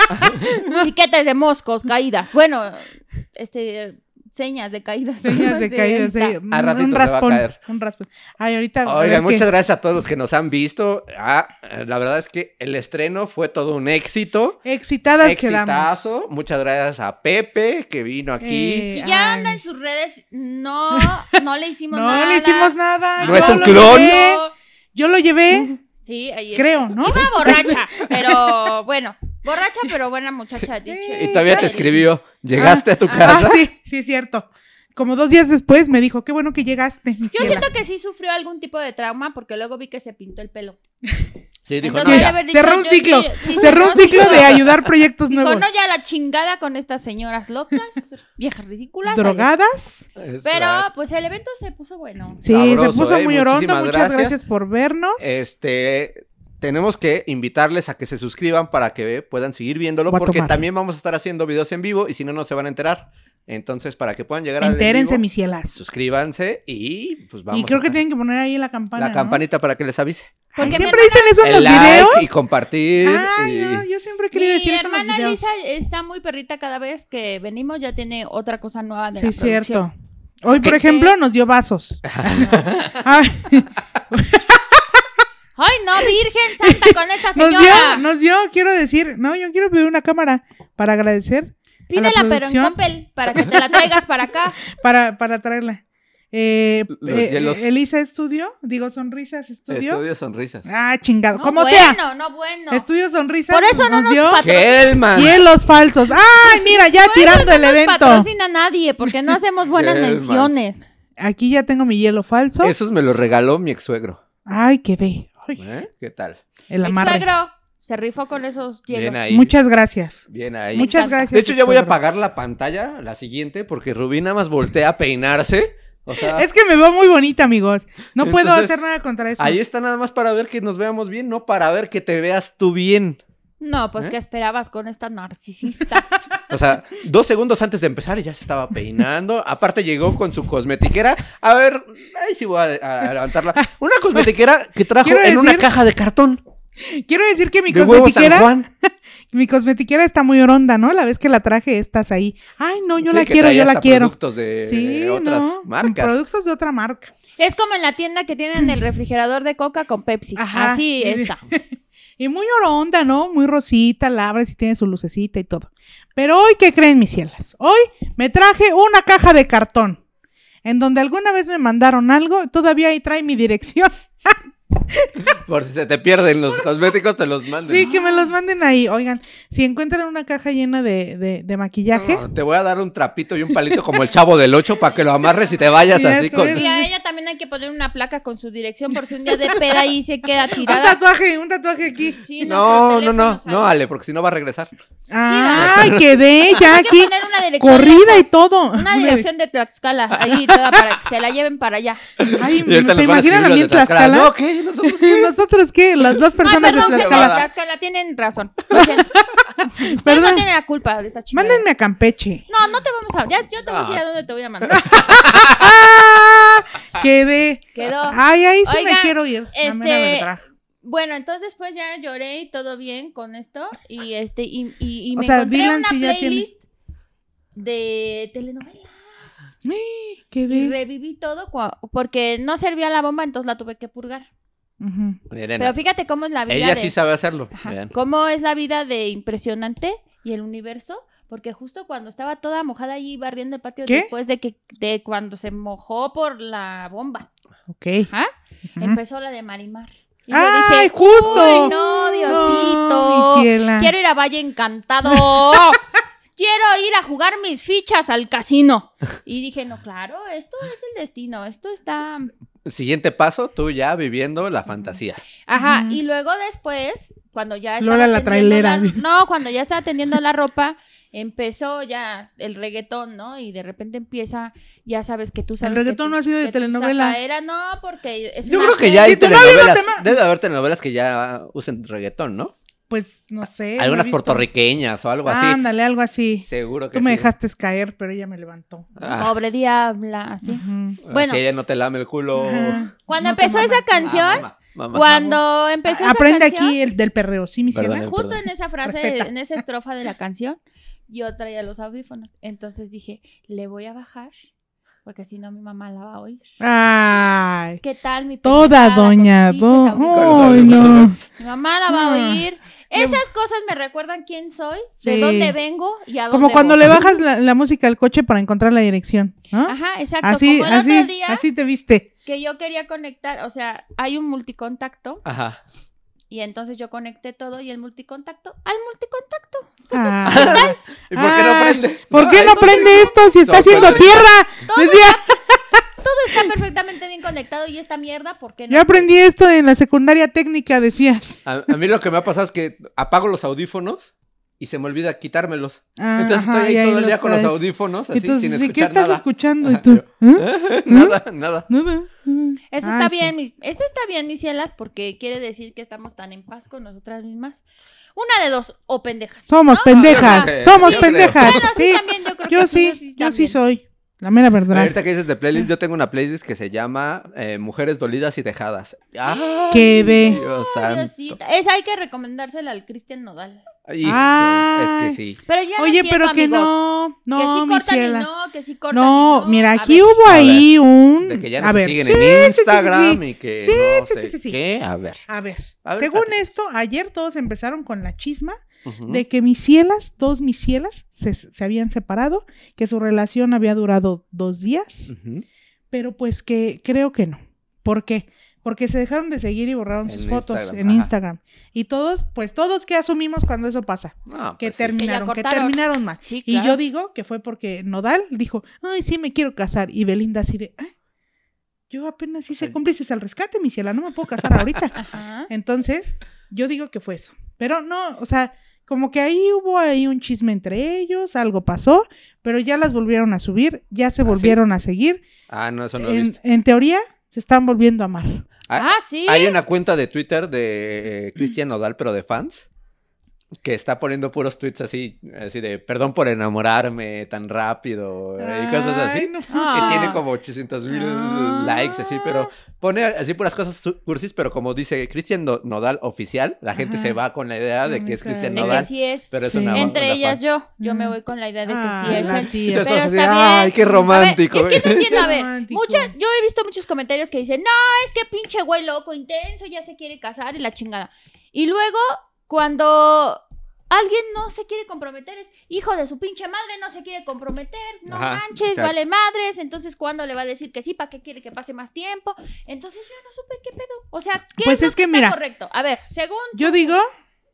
S3: Piquetes de moscos, caídas. Bueno, este señas (laughs) de caídas.
S1: Señas de caídas,
S3: Ahí
S1: sí,
S3: está.
S1: un,
S2: A ratito
S1: un
S2: se va a
S1: raspón,
S2: caer.
S1: un raspón. Ay, ahorita a ver
S2: Oigan,
S1: qué-
S2: muchas gracias a todos los que nos han visto. Ah, eh, la verdad es que el estreno fue todo un éxito.
S1: excitadas quedamos.
S2: Exitazo. Muchas gracias a Pepe que vino aquí.
S1: Eh,
S3: Y ya
S1: ay.
S3: anda en sus redes,
S1: (laughs)
S3: no, no le hicimos
S1: No
S3: nada.
S1: le hicimos nada.
S2: No
S1: yo
S2: es un
S1: lo
S2: clon.
S1: llevé,
S3: No.
S1: yo lo llevé,
S3: Sí, ahí está.
S1: creo, ¿no?
S3: Iba
S1: (laughs)
S3: borracha, pero bueno, borracha pero buena muchacha, dicho.
S1: Eh,
S2: Y todavía te
S1: claro.
S2: escribió. Llegaste a tu casa.
S1: Ah, sí, sí es cierto. Como dos días después me dijo, qué bueno que llegaste, mi
S3: Yo
S1: ciela".
S3: siento que sí sufrió algún tipo de trauma porque luego vi que se pintó el pelo.
S2: Sí, dijo,
S3: Entonces,
S2: no, ya.
S3: debe haber dicho,
S1: Cerró un
S3: yo
S1: ciclo,
S3: sí- sí,
S1: cerró un ciclo de ayudar proyectos
S3: Dijo,
S1: nuevos.
S3: no, ya la chingada con estas señoras locas, viejas ridículas.
S1: ¿Drogadas?
S2: Es
S3: Pero
S2: verdad.
S3: pues el evento se puso bueno.
S1: Sí,
S2: Sabroso,
S1: se puso
S2: ¿eh?
S1: muy orondo.
S2: Muchísimas
S1: Muchas
S2: gracias.
S1: gracias. por vernos.
S2: Este, tenemos que invitarles a que se suscriban para que puedan seguir viéndolo,
S1: Voy a
S2: porque
S1: tomar.
S2: también vamos a estar haciendo videos en vivo y si no, no se van a enterar. Entonces, para que puedan llegar al en
S1: Entérense,
S2: vivo,
S1: mis cielas.
S2: suscríbanse y pues vamos.
S1: Y creo
S2: a-
S1: que tienen que poner ahí la campana.
S2: la
S1: ¿no?
S2: campanita para que les avise.
S1: Ay,
S3: Porque mi
S1: siempre dicen eso en
S2: El
S1: los
S2: like
S1: videos.
S2: y compartir.
S1: Ay,
S2: y-
S1: no, yo siempre he
S3: Mi
S1: querido decir eso en los
S3: hermana
S1: videos.
S3: Lisa está muy perrita cada vez que venimos, ya tiene otra cosa nueva de
S1: sí,
S3: la
S1: cierto.
S3: producción.
S1: Hoy, por
S3: ¿Qué?
S1: ejemplo, nos dio
S2: (laughs)
S1: vasos. Ah, Ay,
S3: ¡Ay, no,
S1: (laughs)
S3: Virgen Santa, con esta
S1: nos dio,
S3: señora!
S1: nos dio, quiero decir, no, yo quiero pedir una cámara para agradecer, a
S3: Pídela,
S1: la
S3: pero en
S1: producción.
S3: Coppel, para que te la traigas
S1: (laughs)
S3: para acá.
S1: para, para traerla. Eh,
S2: Los
S1: eh,
S2: hielos.
S1: Elisa Estudio, digo Sonrisas Estudio.
S2: Estudio sonrisas.
S1: Ah, chingado,
S3: No,
S1: como
S3: bueno,
S1: sea.
S3: no, bueno.
S1: Estudio Sonrisas
S3: Por eso no
S1: nos
S3: nos
S1: dio
S3: pat-
S2: Gelman.
S1: hielos falsos. Ay, mira, ya tirando el evento.
S3: patrocina a nadie porque no
S2: (laughs)
S3: hacemos buenas
S2: Gelman.
S3: menciones.
S1: Aquí ya tengo mi hielo falso.
S2: Esos me los regaló mi ex suegro.
S1: Ay, quedé. Ay,
S2: ¿Eh? ¿Qué tal?
S1: el
S3: El
S1: amarre.
S3: suegro se rifó con esos
S2: Bien
S3: hielos.
S2: ahí.
S1: Muchas gracias.
S2: Bien ahí.
S1: Muchas
S3: encanta.
S1: gracias.
S2: De hecho, ya voy a
S1: suegro.
S2: apagar la pantalla, la siguiente, porque Rubí nada más voltea a peinarse. O sea,
S1: (laughs) Es que me veo muy bonita, amigos. No puedo
S2: Entonces,
S1: hacer nada contra eso.
S2: ahí está nada más para ver que nos veamos bien, no para ver que te veas tú bien.
S3: No, pues
S2: ¿Eh?
S3: ¿qué esperabas con esta narcisista? (laughs)
S2: O sea, dos segundos antes de empezar y ya se estaba peinando. Aparte llegó con su cosmetiquera. A ver, ahí sí voy a, a- a levantarla. Una cosmetiquera que trajo
S1: Quiero
S2: en una
S1: decir-
S2: caja de cartón.
S1: Quiero decir que mi
S2: de huevo San
S1: cosmetiquera,
S2: Juan.
S1: mi cosmetiquera está muy oronda, ¿no? La vez que la traje estás ahí. Ay, no, yo
S2: Sí,
S1: la
S2: que
S1: quiero,
S2: traía
S1: yo la
S2: hasta
S1: quiero.
S2: Productos de
S1: Sí,
S2: otras
S1: no.
S2: marcas.
S1: Productos de otra marca.
S3: es como en la tienda que tienen el refrigerador de coca con Pepsi.
S1: Ajá.
S3: Así está.
S1: Y muy oronda, ¿no? Muy rosita, la abres y tiene su lucecita y todo. Pero hoy, ¿qué creen mis cielas? Hoy me traje una caja de cartón. En donde alguna vez me mandaron algo, todavía ahí trae mi dirección.
S2: Por si se te pierden los cosméticos, te los manden.
S1: Sí, que me los manden ahí. Oigan, si encuentran una caja llena de, de- de maquillaje,
S2: No, te voy a dar un trapito y un palito como el chavo del 8 para que lo amarres y
S1: (laughs)
S2: te vayas
S1: Ya
S2: así con.
S1: estuve-
S3: Y a ella también hay que poner una placa con su dirección por si un día de peda ahí se queda
S1: un
S3: tirada.
S1: tatuaje, un tatuaje aquí.
S3: Sí,
S2: No, no,
S3: nuestros
S2: no,
S3: teléfonos
S2: no,
S3: ahí.
S2: Ale, porque si no va a regresar.
S1: Ay,
S3: (laughs)
S1: quedé ya
S3: Hay que
S1: aquí.
S3: poner una dirección
S1: Corrida y
S3: lejos.
S1: todo.
S3: Una dirección de Tlaxcala, ahí toda para que se la lleven para allá.
S1: Ay, ¿se
S2: Y ahorita nos van a
S1: imaginan a
S2: escribir los
S1: mí
S2: de
S1: en Tlaxcala?
S2: No, ¿qué?
S1: (laughs)
S2: Nosotros qué?
S1: ¿Nosotros qué? Las dos personas
S3: Ay, perdón,
S1: de
S3: gente de
S1: Tlaxcala.
S2: Tlaxcala.
S3: Tlaxcala, tienen razón.
S1: (laughs)
S3: Lo siento. Ustedes
S1: Perdón.
S3: no tienen la culpa de esta chica.
S1: Mándenme a Campeche.
S3: No, no te vamos a. Ya, yo te voy a decir
S2: Ah.
S3: a dónde te voy a mandar.
S1: (laughs) ¡Ah! Quedé.
S3: Quedó.
S1: Ay, ahí sí me
S3: Oigan,
S1: quiero ir. La
S3: este,
S1: mera verdad.
S3: Bueno, entonces pues ya lloré y todo bien con esto. Y este, y, y, y
S1: O
S3: me
S1: sea,
S3: encontré
S1: Dylan
S3: una
S1: sí ya tiene-
S3: playlist de telenovelas.
S1: Ay, Qué
S3: Y
S1: bien.
S3: reviví todo cua- porque no servía la bomba, entonces la tuve que purgar.
S1: Ujú.
S2: Miren,
S3: Pero fíjate cómo es la vida.
S2: ella
S3: de-
S2: sí sabe hacerlo.
S3: Ajá.
S2: Vean.
S3: ¿Cómo es la vida de impresionante y el universo? Porque justo cuando estaba toda mojada allí barriendo el patio
S1: ¿Qué?
S3: después de que de cuando se mojó por la bomba,
S1: Ok.
S3: Ajá,
S1: Ujú.
S3: empezó la de Marimar. ¿Ah? Y yo
S1: ¡Ay,
S3: dije,
S1: justo!
S3: "Uy, no,
S1: No, mi
S3: Diosito.
S1: ciela.
S3: Quiero ir a Valle Encantado.
S1: (laughs)
S3: Quiero ir a jugar mis fichas al casino. Y dije, no, claro, esto es el destino, esto está
S2: Siguiente paso, tú ya viviendo la fantasía.
S3: Ajá,
S1: Ujú.
S3: y luego después, cuando ya estaba
S1: Lola la
S3: tendiendo
S1: trailera.
S3: (laughs) no, cuando ya estaba tendiendo la ropa, empezó ya el reggaetón, ¿no? Y de repente empieza, ya sabes que tú sabes que
S1: reggaetón
S3: tu-
S1: no ha sido de
S3: que tu
S1: telenovela.
S3: zafaera, no, porque es
S2: Yo
S3: una
S2: creo que ya hay
S1: que tú no ha habido
S2: telenovelas.
S1: tema-
S2: Debe haber telenovelas que ya usen reggaetón, ¿no?
S1: Pues no sé. no he
S2: Algunas
S1: visto.
S2: puertorriqueñas o algo así.
S1: Ándale, algo así.
S2: Seguro que
S1: Tú me
S2: sí.
S1: dejaste caer, pero ella me levantó.
S2: (laughs) Ah,
S3: Pobre diabla, así.
S1: Ujú.
S3: Bueno.
S2: Si ella no te lame el culo.
S1: Ajá.
S3: Cuando
S1: No te
S3: empezó esa
S1: maman.
S3: canción,
S2: Ah, mamá, mamá.
S3: cuando empezó
S1: Aprende
S3: esa canción,
S1: aquí el del perreo, ¿sí, mi ciela?
S2: Perdón.
S3: justo en esa frase,
S1: Respeta.
S3: en esa estrofa
S1: (laughs)
S3: de la canción, yo traía los audífonos. Entonces dije, le voy a bajar, porque si no mi mamá la va a oír.
S1: Ay.
S3: ¿Qué tal mi
S1: Ah. Toda
S3: pendejada con
S1: doña
S3: sus
S1: Do.
S3: pinches audífonos?
S2: Con los
S1: Ay, no.
S2: audífonos.
S3: Mi mamá la va
S1: Ah.
S3: a oír. Esas cosas me recuerdan quién soy, de
S1: Sí.
S3: dónde vengo y a dónde
S1: Como cuando
S3: voy.
S1: le bajas la, la música al coche para encontrar la dirección, ¿no?
S3: Ajá, exacto.
S1: Así,
S3: como el
S1: así,
S3: otro día
S1: así te viste.
S3: que yo quería conectar, o sea, hay un multicontacto
S2: Ajá.
S3: y entonces yo conecté todo y el multicontacto al multicontacto.
S1: Ah,
S2: ¿Y por qué (laughs) no
S1: Ah,
S2: prende?
S1: ¿Por qué no
S2: entonces-
S1: prende esto si está
S2: No,
S1: haciendo
S2: pero-
S1: tierra?
S3: Todo
S1: Decía,
S3: Todo está perfectamente bien conectado y esta mierda, ¿por qué no?
S1: yo aprendí esto en la secundaria técnica, decías.
S2: A, a mí lo que me ha pasado es que apago los audífonos y se me olvida quitármelos.
S1: Ah,
S2: Entonces
S1: ajá,
S2: estoy
S1: y
S2: ahí todo el
S1: los
S2: día con los
S1: traes.
S2: audífonos, así,
S1: Entonces,
S2: sin
S1: sí,
S2: escuchar
S1: ¿qué estás
S2: nada.
S1: escuchando?
S2: Ajá,
S1: y tú,
S2: yo,
S1: ¿eh?
S2: (laughs) nada, nada.
S1: Nada, nada.
S3: Eso
S1: Ah,
S3: está
S1: sí.
S3: bien, mis- eso está bien, mis cielas, porque quiere decir que estamos tan en paz con nosotras mismas. Una de dos, o pendejas.
S1: Somos
S3: ¿no?
S1: pendejas,
S2: Yo creo que-
S1: somos
S2: yo creo.
S1: pendejas.
S3: Bueno, sí,
S1: sí,
S3: también, yo creo
S1: yo
S3: que
S1: sí, yo sí
S3: también.
S1: soy. La mera verdad.
S2: Ahorita que dices de playlist, yo tengo una playlist que se llama eh, Mujeres Dolidas y Dejadas. ¡Ay,
S1: Quedé.
S2: Dios
S3: Ay,
S2: santo!
S3: Diosita. Esa hay que recomendársela al Cristian Nodal.
S2: Híjole,
S1: Ay.
S2: Es que sí.
S3: Pero ya
S1: Oye,
S3: no
S1: pero que
S3: amigos.
S1: no,
S3: que sí
S1: no, mi
S3: cortan y
S1: ciela.
S3: no, que sí cortan
S1: No,
S3: y no.
S1: mira,
S3: A
S1: aquí
S3: ver,
S1: hubo
S2: A
S1: ahí un.
S2: De que ya
S1: Mm, a
S2: no se
S1: ver,
S2: siguen
S1: sí,
S2: en
S1: sí, sí, sí,
S2: Instagram
S1: sí.
S2: y que
S1: Sí,
S2: no
S1: sí,
S2: sé
S1: sí, sí, sí.
S2: qué. A ver.
S1: A ver,
S2: A ver,
S1: según
S2: platica.
S1: esto, ayer todos empezaron con la chisma
S2: Ujú.
S1: de que mis cielas, dos mis cielas, se, se habían separado, que su relación había durado dos días,
S2: Ujú.
S1: pero pues que creo que no. ¿Por qué? Porque se dejaron de seguir y borraron
S2: En
S1: sus fotos
S2: Instagram,
S1: en
S2: ajá.
S1: Instagram. Y todos, pues todos que asumimos cuando eso pasa,
S2: No,
S1: que
S2: pues sí.
S1: terminaron, que,
S3: cortaron.
S1: terminaron mal.
S3: Sí,
S1: Y
S3: claro.
S1: yo digo que fue porque Nodal dijo, ay, sí, me quiero casar. Y Belinda así de, "Ah, yo apenas hice
S2: Ay.
S1: cómplices al rescate, mi ciela, no me puedo casar ahorita.
S2: (laughs)
S3: Ajá.
S1: Entonces, yo digo que fue eso. Pero no, o sea, como que ahí hubo ahí un chisme entre ellos, algo pasó, pero ya las volvieron a subir, ya se
S2: ¿Ah, sí?
S1: volvieron a seguir.
S2: Ah, no, eso no lo
S1: En,
S2: viste.
S1: en teoría, se están volviendo a amar.
S3: Ah, sí.
S2: Hay una cuenta de Twitter de eh, Cristian Nodal, pero de fans, que está poniendo puros tweets así, así de perdón por enamorarme tan rápido eh, y cosas
S1: Ay,
S2: así.
S1: no.
S3: Ah.
S2: Y tiene como 800 mil
S1: Ah.
S2: likes, así, pero pone así puras cosas su- cursis, pero como dice Cristian No- Nodal oficial, la gente
S1: Ajá.
S2: se va con la idea de
S1: No
S2: que
S1: me
S2: es Cristian
S3: De
S1: cae.
S3: que
S2: Nodal.
S3: sí es.
S2: Pero es
S1: Sí.
S2: una
S3: Entre
S2: una
S3: ellas
S2: fan.
S3: yo. Yo me
S1: Mm.
S3: voy con la idea de que
S1: Ah,
S3: sí es
S1: la
S3: él.
S1: tía.
S2: Entonces
S3: Pero
S2: todos así,
S3: está bien.
S2: ay, qué
S3: A ver,
S2: romántico.
S3: es que te entiendo,
S1: (laughs)
S3: a ver,
S1: Romántico.
S3: muchas, yo he visto muchos comentarios que dicen, no, es que pinche güey loco, intenso, ya se quiere casar y la chingada. Y luego, cuando alguien no se quiere comprometer, es hijo de su pinche madre, no se quiere comprometer, no
S2: Ajá,
S3: manches,
S2: exacto.
S3: vale madres, entonces ¿cuándo le va a decir que sí? ¿Para qué quiere que pase más tiempo? Entonces yo no supe qué pedo. O sea, ¿qué
S1: Pues
S3: es, lo
S1: es que
S3: está
S1: mira.
S3: correcto? A ver, según
S1: Yo digo,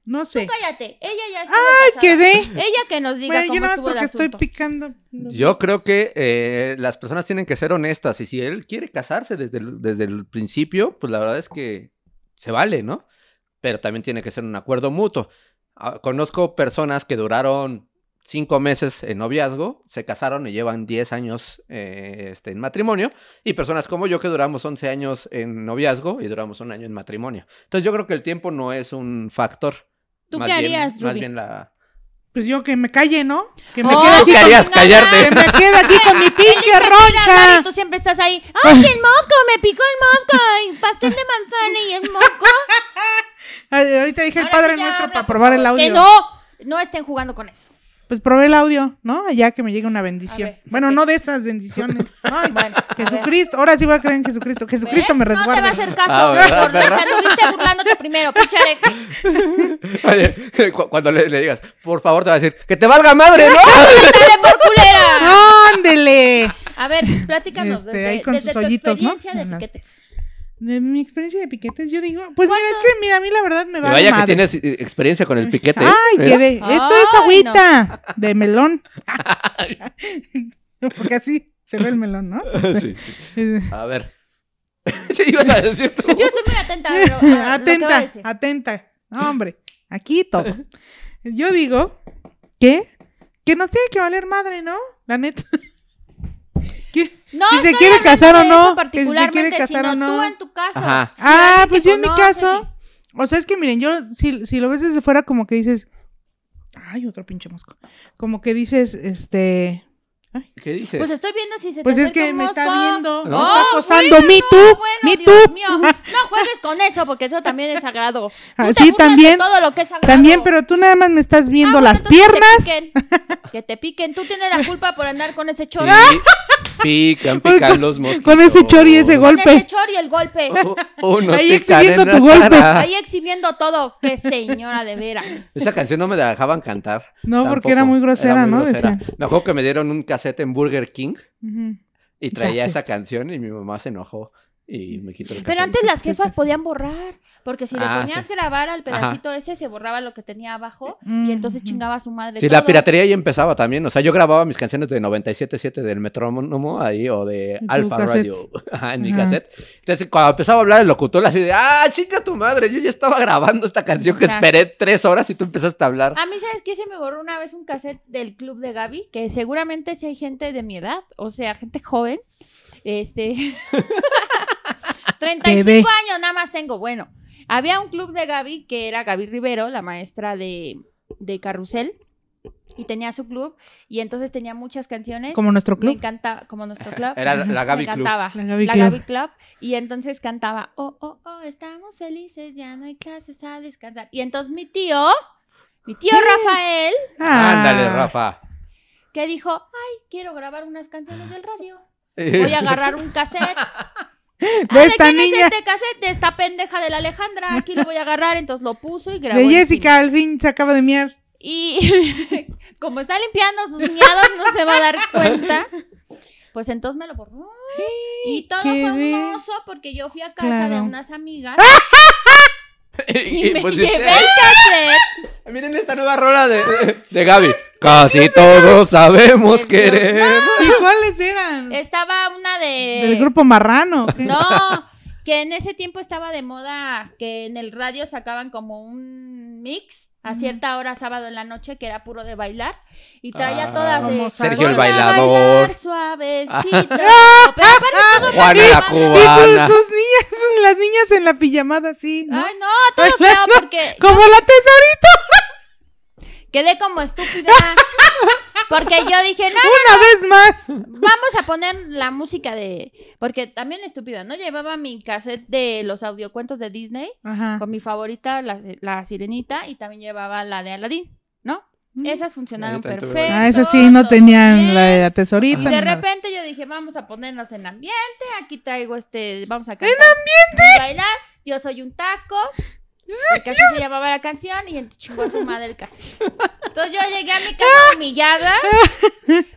S1: no sé.
S3: cállate, ella ya estuvo casada.
S1: Quedé.
S3: Ella que nos diga
S1: Bueno, yo
S3: cómo
S1: nada más
S3: estuvo el
S1: porque estoy
S3: asunto.
S1: picando.
S2: Yo creo que eh, las personas tienen que ser honestas y si él quiere casarse desde el, desde el principio, pues la verdad es que se vale, ¿no? Pero también tiene que ser un acuerdo mutuo. Ah, Conozco personas que duraron cinco meses en noviazgo, se casaron y llevan 10 años eh, este, en matrimonio, y personas como yo que duramos 11 años en noviazgo y duramos un año en matrimonio. Entonces yo creo que el tiempo no es un factor.
S3: ¿Tú
S2: Más
S3: qué
S2: bien-
S3: harías,
S2: Más
S3: Ruby?
S2: bien la...
S1: Pues yo que me calle, ¿no? Que me
S3: Oh,
S1: quede
S2: ¿Tú
S1: aquí
S2: qué
S1: con,
S2: harías?
S3: con ganas.
S2: Callarte.
S1: que me quede aquí
S3: (laughs)
S1: con mi pinche
S3: Mari,
S1: ronca.
S3: tú siempre estás ahí. ¡Ay, el mosco! ¡Me picó el mosco! Y pastel de manzana y
S1: (laughs)
S3: el mosco.
S1: Ay, Ah, Ahorita dije el
S3: Ahora sí
S1: Padre
S3: ya
S1: Nuestro
S3: habla,
S1: para
S3: por
S1: probar el
S3: favor.
S1: audio.
S3: Que no, no estén jugando con eso.
S1: Pues probé el audio, ¿no? Allá que me llegue una bendición.
S3: A ver,
S1: bueno,
S3: ok.
S1: no de esas
S3: (laughs)
S1: bendiciones. Ay,
S3: Bueno, a ver.
S1: Jesucristo, ahora sí voy a creer en Jesucristo.
S3: ¿Ves?
S1: Jesucristo me
S3: No te va a
S1: resguarda.
S3: hacer
S2: Ah,
S3: caso.
S2: ¿verdad,
S3: por
S2: perra?
S3: nunca estuviste burlándote primero,
S2: (laughs)
S3: pinche hereje.
S2: Oye, (laughs) cu- cuando le, le digas, por favor, te va a decir, que te valga madre, ¿no?
S3: ¡Dale por
S1: (laughs)
S3: culera!
S1: ¡Ándele!
S3: A ver, platícanos.
S1: Este,
S3: desde,
S1: ahí con
S3: desde
S1: sus
S3: tu
S1: hoyitos, ¿no?
S3: experiencia
S1: En
S3: de
S1: la-
S3: piquetes.
S1: De mi experiencia de piquetes, yo digo, pues mira, es
S3: ¿Cuánto?
S1: que mira, a mí la verdad me
S2: Y
S1: va
S2: vaya que
S1: madre.
S2: tienes eh, experiencia con el piquete. ¿eh?
S1: Ay,
S2: Mira.
S1: quedé. Esto es
S3: Ay,
S1: agüita
S3: (laughs)
S1: de melón. (laughs) Porque así se ve el melón, ¿no?
S2: (laughs) Sí, sí. A ver. (laughs) Sí, ibas a decir tú.
S3: Yo soy muy atenta. a lo- a lo que va a
S1: atenta,
S3: decir.
S1: atenta. No, hombre, aquí todo. Yo digo que, que nos tiene que valer madre, ¿no? La neta. (laughs) Que-
S3: No,
S1: Si se
S3: estoy
S1: quiere
S3: hablando
S1: casar o
S3: de eso
S1: no, que si se
S3: particularmente,
S1: quiere casar o
S3: sino
S1: no.
S3: tú en tu caso.
S2: Ajá.
S3: Si
S1: ah,
S3: alguien
S1: pues
S3: que
S1: yo en mi
S3: conoces
S1: caso. O sea, es que miren, yo, si, si lo ves desde fuera, como que dices. Ay, otro pinche mosco. Como que dices, este.
S2: ¿Qué
S3: y-
S2: dices?
S3: Pues estoy viendo si se
S1: Pues
S3: te
S1: es
S3: acerca
S1: que
S3: un
S1: me está
S3: mosco.
S1: viendo, me
S2: No.
S1: está
S3: Oh,
S1: acosando. me tú,
S3: No,
S1: me
S3: bueno,
S1: tú.
S3: Dios mío. No juegues con eso, porque eso también es sagrado. Tú te
S1: (laughs) Ah, sí,
S3: burlas de
S1: también,
S3: todo lo que es sagrado.
S1: También, pero tú nada más me estás
S3: Ah,
S1: viendo
S3: bueno,
S1: las
S3: entonces
S1: piernas.
S3: Que te,
S1: (laughs)
S3: piquen. Que te piquen. Tú tienes la culpa por andar con ese chor.
S2: Sí, (laughs) pican,
S1: Con-
S2: pican los mosquitos.
S1: con ese chor y ese
S3: Con
S1: golpe.
S3: ese chor y
S2: (laughs)
S3: el golpe.
S2: Uno
S1: Ahí
S2: se
S1: exhibiendo
S2: cadena
S1: tu golpe.
S2: cara.
S3: Ahí exhibiendo todo. Qué señora de veras.
S2: Esa canción no me la dejaban cantar.
S1: No, porque era
S2: tampoco.
S1: muy grosera,
S2: Era muy
S1: ¿no?
S2: grosera.
S1: Decían.
S2: Me acuerdo que me dieron un cassette en Burger King
S1: Ujú.
S2: y traía
S1: Cassette.
S2: esa canción y mi mamá se enojó y me quitó el cassette.
S3: Pero antes las jefas podían borrar, porque si le
S2: Ah,
S3: ponías
S2: sí.
S3: grabar al pedacito ese, se borraba lo que tenía abajo y entonces
S1: Ujú.
S3: chingaba a su madre.
S2: Sí, la
S3: todo.
S2: piratería ya empezaba también. O sea, yo grababa mis canciones de 97.7 del Metrónomo ahí o de
S1: En tu
S2: Alfa
S1: cassette.
S2: Radio (laughs) ajá, en mi
S1: Ajá.
S2: cassette. Entonces, cuando empezaba a hablar el locutor, así de, ah, chica tu madre, yo ya estaba grabando esta canción que
S3: Exacto. Ah,
S2: esperé tres horas y tú empezaste a hablar.
S3: A mí, ¿sabes qué? Se me borró una vez un cassette del club de Gaby, que seguramente si hay gente de mi edad, o sea, gente joven, este... (laughs) 35
S1: Bebé.
S3: años nada más tengo, bueno. Había un club de Gaby que era Gaby Rivero, la maestra de, de Carrusel, y tenía su club, y entonces tenía muchas canciones.
S1: Como nuestro
S3: Me
S1: club.
S3: encanta, como nuestro club.
S2: Era la- la Gaby
S3: me
S2: Club.
S3: encantaba.
S1: La
S3: La
S1: Gaby
S3: Gaby,
S1: Club.
S3: Club. Y entonces cantaba, oh, oh, oh, estamos felices, ya no hay clases a descansar. Y entonces mi tío, mi tío Rafael,
S1: Ah.
S2: Ándale, Rafa. (laughs)
S3: que dijo, ay, quiero grabar unas canciones del radio. Voy a
S2: (laughs)
S3: agarrar
S1: (laughs)
S3: un cassette. Ah,
S1: De
S3: ¿De
S1: esta
S3: quién es
S1: niña,
S3: este cassette? De esta pendeja de la Alejandra. Aquí lo voy a agarrar. Entonces lo puso y grabó.
S1: de
S3: el
S1: Jessica, al fin se acaba de miar.
S3: film. Y (laughs) como está limpiando sus miados, no se va a dar cuenta. Pues entonces me lo borró. Y todo
S1: qué
S3: fue un
S1: bien.
S3: oso porque yo fui a casa de
S1: Claro.
S3: unas amigas
S2: Y-
S3: (laughs) y
S2: y
S3: me
S2: pues,
S3: llevé
S2: dice, (laughs) "Ah,
S3: el cassette.
S2: Miren esta nueva rola de, de Gaby. Casi todos sabemos
S3: Del
S2: querer.
S3: Ah.
S1: (laughs) ¿Y cuáles eran?
S3: Estaba una de.
S1: Del grupo marrano. ¿qué?
S3: No, que en ese tiempo estaba de moda que en el radio sacaban como un mix a cierta hora sábado en la noche que era puro de bailar y traía
S2: Ah,
S3: todas
S1: como
S3: de
S1: Sergio el
S3: "Ponla a
S2: Bailador".
S3: bailar suavecito.
S2: (laughs)
S3: Pero aparte todo
S2: Juana la
S1: Y sus,
S3: (laughs)
S2: cubana.
S1: sus niñas, las niñas en la pijamada, sí. ¿no?
S3: Ay, no, todo feo porque
S1: Como la tesorita.
S3: quedé como estúpida. Porque yo dije, no,
S1: Una vez más.
S3: vamos a poner la música de. Porque también estúpida, ¿no? Llevaba mi cassette de los audiocuentos de Disney
S1: Ajá.
S3: con mi favorita, la, la sirenita, y también llevaba la de Aladín, ¿no? Esas funcionaron
S2: Ahorita en tu
S3: perfecto.
S2: versión.
S1: Mm. Ah, esa sí, no
S3: todo
S1: tenían la,
S3: bien.
S1: la tesorita.
S3: Y
S1: ni
S3: de
S1: nada.
S3: repente yo dije, vamos a ponernos en ambiente, aquí traigo este, vamos a cantar. ¡En ambiente! bailar, yo soy un (laughs) taco. Porque así se llamaba la canción y entonces chingó a su madre el (laughs) caso. Entonces yo llegué a mi casa (laughs) humillada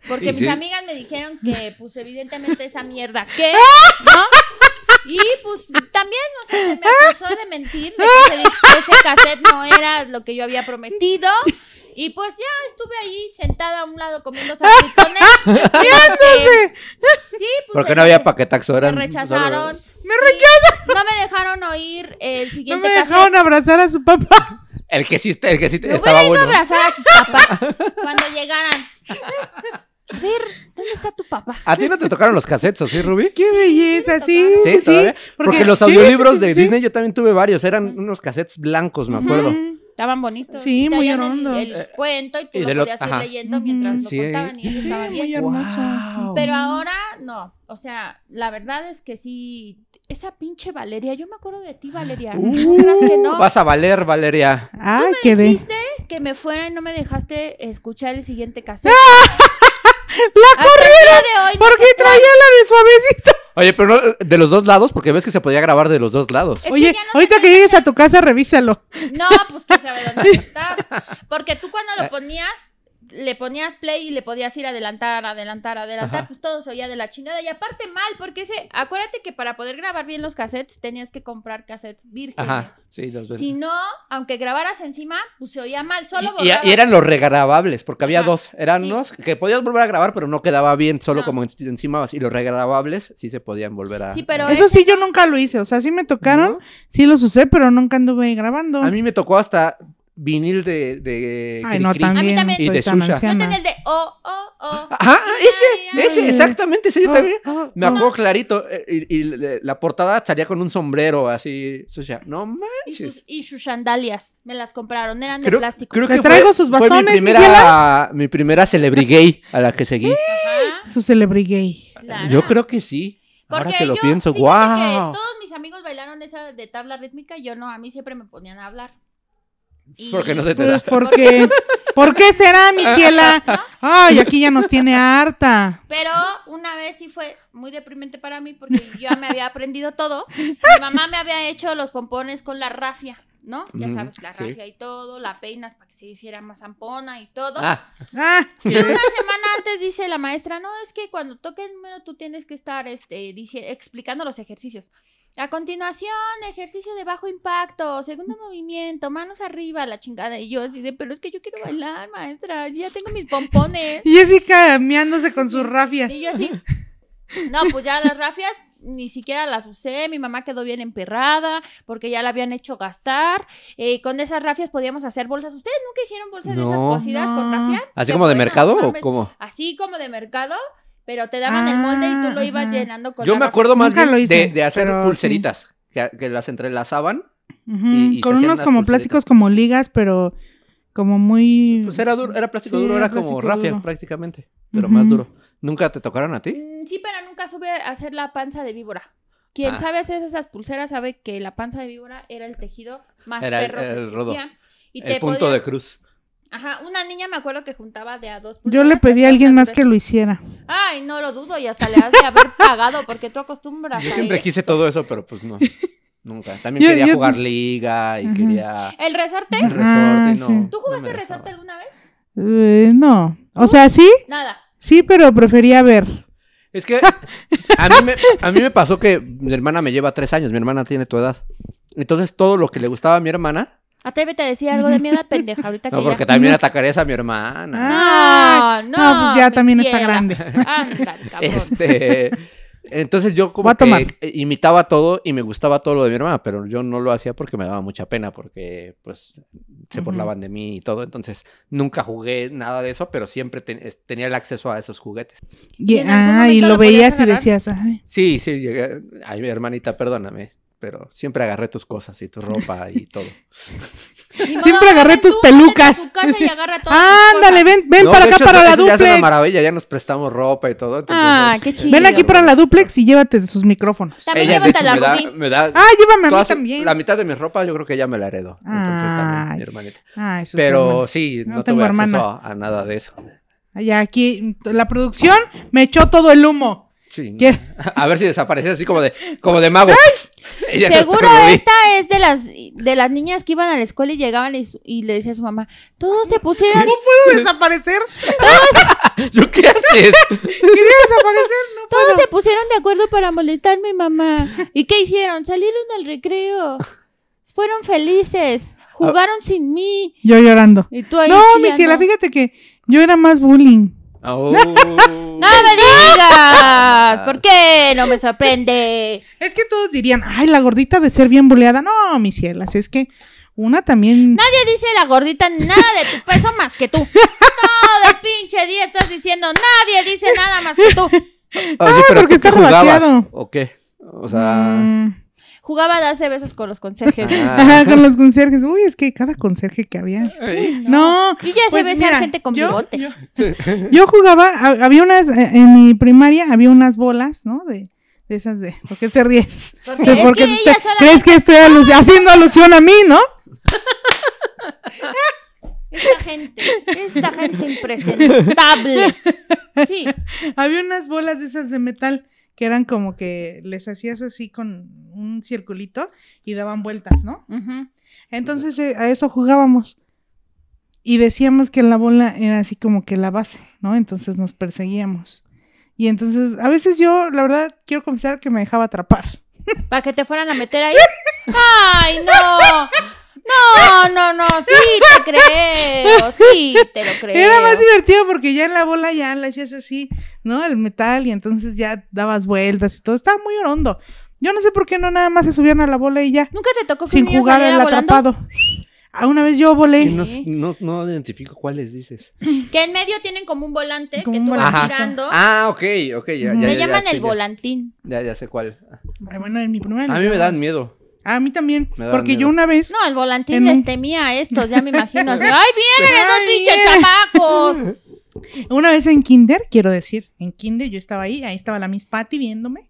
S3: porque
S2: Y
S3: mis
S2: sí.
S3: amigas me dijeron que pues evidentemente esa (laughs) mierda, ¿qué? ¿No? Y pues también, o sea, se me acusó de mentir, de que ese, dis- ese cassette no era lo que yo había prometido. Y pues ya estuve ahí sentada a un lado comiendo salpitones. ¡Miándose! Sí, pues.
S2: Porque
S3: se
S2: no había
S3: me-
S2: paquetaxo.
S3: Me
S2: eran (laughs)
S3: rechazaron.
S2: solo-
S1: Me
S3: rechazan! No me dejaron oír el
S1: No
S3: siguiente
S1: me
S3: cassette.
S1: dejaron abrazar a su
S3: (laughs)
S1: papá.
S2: El que sí, el que sí
S3: Me
S2: estaba
S3: hubiera ido a
S2: bueno.
S3: abrazar a tu papá cuando llegaran. A ver, ¿dónde está tu papá?
S2: ¿A ti no te tocaron los cassettes, o sí, Ruby?
S1: Qué belleza, sí.
S2: Sí,
S1: Sí,
S2: todavía. Porque, los
S1: sí, sí,
S2: audiolibros
S1: sí,
S2: de
S1: sí.
S2: Disney yo también tuve varios. Eran unos cassettes blancos, me acuerdo.
S1: Mm.
S3: Estaban bonitos.
S1: Sí,
S3: Y
S1: muy
S3: traían
S1: hediondo.
S3: El, el cuento y tú
S2: Eh, Y
S3: lo
S2: del otro-
S3: podías ir
S2: ajá.
S3: leyendo
S1: Ujú.
S3: mientras
S2: Sí.
S3: lo contaban y eso
S1: Sí,
S3: estaba bien.
S1: muy hermoso.
S2: Wow.
S3: Pero ahora no, o sea, la verdad es que sí, esa pinche Valeria, yo me acuerdo de ti, Valeria.
S2: Uh.
S3: ¿No creas que no?
S2: Vas a valer, Valeria.
S1: Ay, quedé.
S3: Dijiste que me fuera y no me dejaste escuchar el siguiente cassette.
S2: ¡Ah! (laughs)
S3: ¡La corrieron!
S1: ¿Por qué traía la de suavecito?
S2: Oye, pero no, de los dos lados, porque ves que se podía grabar de los dos lados.
S3: Es que
S1: Oye,
S3: ya no se
S1: ahorita que
S3: puede
S1: llegues a tu casa, revísalo.
S3: No, pues que sabe
S2: (laughs)
S3: dónde está. Porque tú cuando lo ponías, le ponías play y le podías ir adelantar, adelantar, adelantar,
S2: Ajá.
S3: pues todo se oía de la chingada. Y aparte mal, porque ese, acuérdate que para poder grabar bien los cassettes tenías que comprar cassettes vírgenes.
S2: Ajá, sí, los ves.
S3: Si no, aunque grabaras encima, pues se oía mal, solo
S2: Y, y-
S3: borrabas.
S2: y eran los regrabables, porque había
S3: Ajá,
S2: dos. Eran
S3: sí.
S2: unos que podías volver a grabar, pero no quedaba bien, solo
S3: No.
S2: como en- encima. Y los regrabables sí se podían volver a.
S3: Sí, pero
S1: Eso
S3: ese
S1: sí, yo nunca lo hice. O sea, sí me tocaron,
S2: ¿No?
S1: sí los usé, pero nunca anduve grabando.
S2: A mí me tocó hasta vinil de. de
S1: Ay, no,
S2: Cri Cri.
S1: también.
S3: A mí también.
S1: soy
S2: Y de
S1: tan
S2: Xuxa.
S3: no,
S1: anciana.
S3: tenía el de oh, oh,
S2: (laughs)
S3: oh.
S2: Ajá, Ah, ese,
S3: Ay,
S2: ese,
S1: ay.
S2: exactamente, ese yo
S1: Oh,
S2: también.
S1: oh,
S2: Me
S1: oh.
S2: acuerdo clarito. eh, Y, y le- la portada salía con un sombrero así. Sucia. No
S3: Y
S2: manches.
S3: sus, y sus sandalias, me las compraron, eran de
S2: Creo,
S3: plástico.
S2: creo
S1: Les
S2: que
S1: traigo
S2: fue,
S1: sus
S2: fue
S1: bastones,
S2: mi
S1: mis
S2: primera, mi primera celebrigay a la que seguí.
S3: Ajá,
S1: Su celebrigay.
S3: claro.
S2: Yo creo que sí.
S3: Porque
S2: Ahora que lo
S3: yo,
S2: pienso,
S3: fíjate
S2: wow.
S3: que todos mis amigos bailaron esa de tabla rítmica, yo no, a mí siempre me ponían a hablar. Y-
S2: Porque
S3: (laughs)
S2: no se te da.
S1: Pues porque. ¿Por qué será, mi ciela? Ay, aquí ya nos tiene harta.
S3: Pero una vez sí fue muy deprimente para mí porque yo ya me había aprendido todo. Mi mamá me había hecho los pompones con la rafia, ¿no? Ya
S2: Mm,
S3: sabes, la
S2: sí.
S3: rafia y todo, la peinas para que se hiciera más zampona y todo.
S2: Ah,
S1: Ah,
S2: (laughs)
S3: Y una semana antes dice la maestra, no, es que cuando toque el número tú tienes que estar este, dice, explicando los ejercicios. A continuación, ejercicio de bajo impacto,
S2: Mm.
S3: segundo movimiento, manos arriba, la chingada. Y yo así de, pero es que yo quiero bailar, maestra, yo ya tengo mis
S2: (laughs)
S3: pompones.
S1: Jessica meándose con sus rafias.
S3: Y yo así, no, pues ya las rafias ni siquiera las usé, mi mamá quedó bien emperrada porque ya la habían hecho gastar. Eh, con esas rafias podíamos hacer bolsas. ¿Ustedes nunca hicieron bolsas de esas
S2: No.
S3: cosidas con
S1: No.
S3: rafia?
S2: ¿Así
S3: Que
S2: como de
S3: pueden
S2: mercado o
S3: armarme-
S2: cómo?
S3: así como de mercado, pero te daban el molde y tú lo
S1: Ah,
S3: ibas
S1: ajá.
S3: llenando con
S2: Yo
S3: la
S2: me
S3: ropa.
S2: acuerdo más
S1: Nunca
S2: bien
S1: lo hice,
S2: de, de hacer
S1: pero sí.
S2: pulseritas, que, que las entrelazaban
S1: Ujú,
S2: y- y se
S1: Con
S2: hacían
S1: unos
S2: unas
S1: como
S2: pulseritas.
S1: plásticos como ligas, pero como muy...
S2: Pues era duro, era plástico
S1: Sí,
S2: duro,
S1: era
S2: era como
S1: plástico
S2: rafia
S1: duro.
S2: prácticamente, pero más
S1: Ujú.
S2: duro. ¿Nunca te tocaron a ti?
S3: Mm, Sí, pero nunca supe hacer la panza de víbora. Quien
S2: Ah.
S3: sabe hacer esas pulseras sabe que la panza de víbora era el tejido más
S2: Era el-
S3: perro
S2: era
S3: que
S2: el rodo.
S3: existía. Y
S2: El
S3: te
S2: punto
S3: podías-
S2: de cruz.
S3: Ajá, una niña me acuerdo que juntaba de a dos
S1: Yo le
S3: pulseras,
S1: pedí
S3: hacía
S1: a alguien
S3: unas
S1: más que lo hiciera.
S3: orejas. Ay, no lo dudo, y hasta le has de haber pagado, porque tú acostumbras
S2: Yo
S3: a
S2: siempre
S3: eso.
S2: quise todo eso, pero pues
S1: (laughs)
S2: no. Nunca. También
S1: Yo-
S2: quería
S1: yo- pues
S2: jugar liga y
S1: Ujú.
S2: quería
S3: ¿El resorte?
S2: el resorte
S1: Ah,
S2: y no.
S1: sí.
S3: ¿Tú
S2: no me
S3: jugaste
S2: dejaba.
S3: resorte alguna vez?
S1: Eh, no. O
S3: ¿Tú?
S1: sea, sí,
S3: Nada.
S1: sí, pero prefería ver.
S2: Es que a mí, me, a mí me pasó que mi hermana me lleva tres años, mi hermana tiene tu edad. Entonces todo lo que le gustaba a mi hermana,
S3: Atrévete a decir algo de mi edad pendeja ahorita
S2: (laughs) no,
S3: que
S2: porque
S3: ya...
S2: también atacarías a mi hermana.
S1: Ah,
S3: No,
S1: No,
S3: no.
S1: pues ya
S3: mi
S1: también está
S3: ciela.
S1: grande. (laughs)
S3: Ándale, cabrón.
S2: Este, entonces yo
S1: Voy
S2: como
S1: a tomar.
S2: que imitaba todo y me gustaba todo lo de mi hermana, pero yo no lo hacía porque me daba mucha pena, porque pues se
S1: Ujú.
S2: burlaban de mí y todo. Entonces nunca jugué nada de eso, pero siempre ten- es- tenía el acceso a esos juguetes.
S1: Y,
S3: ¿Y en algún
S1: ah, y
S3: momento
S1: lo
S3: lo podías
S1: veías y
S3: agarrar?
S1: decías, ay.
S2: Sí, sí, llegué. Ay, mi hermanita, perdóname, pero siempre agarré tus cosas y tu ropa y todo.
S3: Ni modo,
S1: Siempre agarré
S3: ven
S1: tus
S3: tú,
S1: pelucas.
S3: vete a
S1: (laughs)
S3: tu casa y agarra todas tus
S1: Ándale,
S3: cosas.
S1: ven, (laughs) ven
S2: No,
S1: para
S2: de
S1: acá
S2: hecho,
S1: para
S2: eso-
S1: la
S2: eso ya es una
S1: duplex.
S2: maravilla, ya nos prestamos ropa y todo. entonces,
S3: Ah,
S2: este,
S3: qué chido.
S1: Ven aquí para la duplex y llévate sus micrófonos.
S3: También
S2: Ella, de
S3: llévate
S2: hecho,
S3: la
S2: me da-
S3: Rubí.
S2: me da
S1: Ah, llévame a mí
S2: todas-
S1: también.
S2: La mitad de mi ropa yo creo que ya me la heredó. Entonces también
S1: Ay.
S2: mi hermanita.
S1: Ah, eso es
S2: Pero
S1: hermano.
S2: sí,
S1: No
S2: no,
S1: tengo
S2: tuve acceso
S1: hermana.
S2: a, a nada de eso.
S1: Allá aquí, la producción me echó todo el humo.
S2: Sí, no.
S1: ¿Qué?
S2: (laughs) A ver si desaparecía así como de, como de mago. (laughs) Ella no está
S3: Seguro
S2: Rubí.
S3: esta es de las de las niñas que iban a la escuela y llegaban y, su- y le decía a su mamá, todos se pusieron,
S1: ¿Puedo desaparecer?
S2: ¿Yo qué haces?
S1: (laughs) ¿Quería desaparecer? No puedo.
S3: todos se pusieron de acuerdo para molestarme, mamá. ¿Y qué hicieron? Salieron al recreo. Fueron felices, jugaron sin mí.
S1: Yo llorando.
S3: Y tú ahí
S1: No, mi
S3: chillando.
S1: ciela, fíjate que yo era más bullying.
S2: Oh.
S3: No me digas, ¿por qué? No me sorprende.
S1: Es que todos dirían, ay, la gordita de ser bien buleada. No, mi ciela, si es que una también...
S3: Nadie dice la gordita nada de tu peso más que tú. Todo el pinche día estás diciendo, nadie dice nada más que tú.
S2: Oye, pero
S1: Ah, porque
S2: ¿tú qué
S1: está
S2: jugabas?
S1: rebateado.
S2: ¿O qué? O sea...
S1: Mm.
S3: Jugaba a darse besos con los conserjes.
S2: ah,
S1: (laughs) Ajá, con los conserjes. Uy, es que cada conserje que había.
S2: eh,
S1: No.
S3: Y ya
S1: pues
S3: se besar
S1: mira,
S3: gente con
S1: yo-
S3: bigote.
S1: Yo, yo jugaba, ha- había unas, eh, en mi primaria había unas bolas, ¿no? De, de esas de, ¿por qué te
S3: (laughs)
S1: ríes?
S3: Porque
S1: ¿Por
S3: es
S1: qué
S3: que
S1: te
S3: ella
S1: está-
S3: solamente- ¡Ah!
S1: ¿Crees que estoy alu- haciendo alusión a mí, no?
S3: Esta gente, esta gente impresentable. Sí,
S1: Había unas bolas de esas de metal que eran como que les hacías así con un circulito y daban vueltas, ¿no?
S3: ujú.
S1: Entonces eh, a eso jugábamos. Y decíamos que la bola era así como que la base, ¿no? Entonces nos perseguíamos. Y entonces, a veces yo, la verdad, quiero confesar que me dejaba atrapar.
S3: para que te fueran a meter ahí. ¡Ay, no! No, no, no, sí te creo, sí te lo creo.
S1: Era más divertido porque ya en la bola ya la hacías así, ¿no? El metal y entonces ya dabas vueltas y todo. Estaba muy orondo. Yo no sé por qué no nada más se subían a la bola y ya,
S3: Nunca te tocó que
S1: sin
S3: un niño
S1: jugar
S3: saliera
S1: al
S3: volando?
S1: atrapado. Ah, una vez yo volé.
S2: que no, no, no identifico cuáles dices.
S3: Que en medio tienen como un volante
S1: Como
S3: que
S1: un
S3: tú vas
S2: volantito.
S3: girando.
S2: Ah, ok, ok. Ya, ya,
S1: Me
S2: ya,
S3: Le
S2: ya
S3: llaman
S2: sé,
S3: el
S2: ya.
S3: volantín.
S2: Ya, ya sé cuál.
S1: Ay, Bueno, en mi primera.
S2: A mí me dan miedo.
S1: A mí también.
S2: Me daban
S1: porque yo
S2: miedo.
S1: una vez.
S3: No, el volantín
S1: En
S3: les
S1: un-
S3: temía a estos, ya me
S1: (laughs)
S3: imagino. así, ¡Ay, vienen
S1: Ay,
S3: esos pinches
S1: vienen". (laughs)
S3: chamacos!
S1: Una vez en Kinder, quiero decir, en Kinder yo estaba ahí, ahí estaba la Miss Patty viéndome,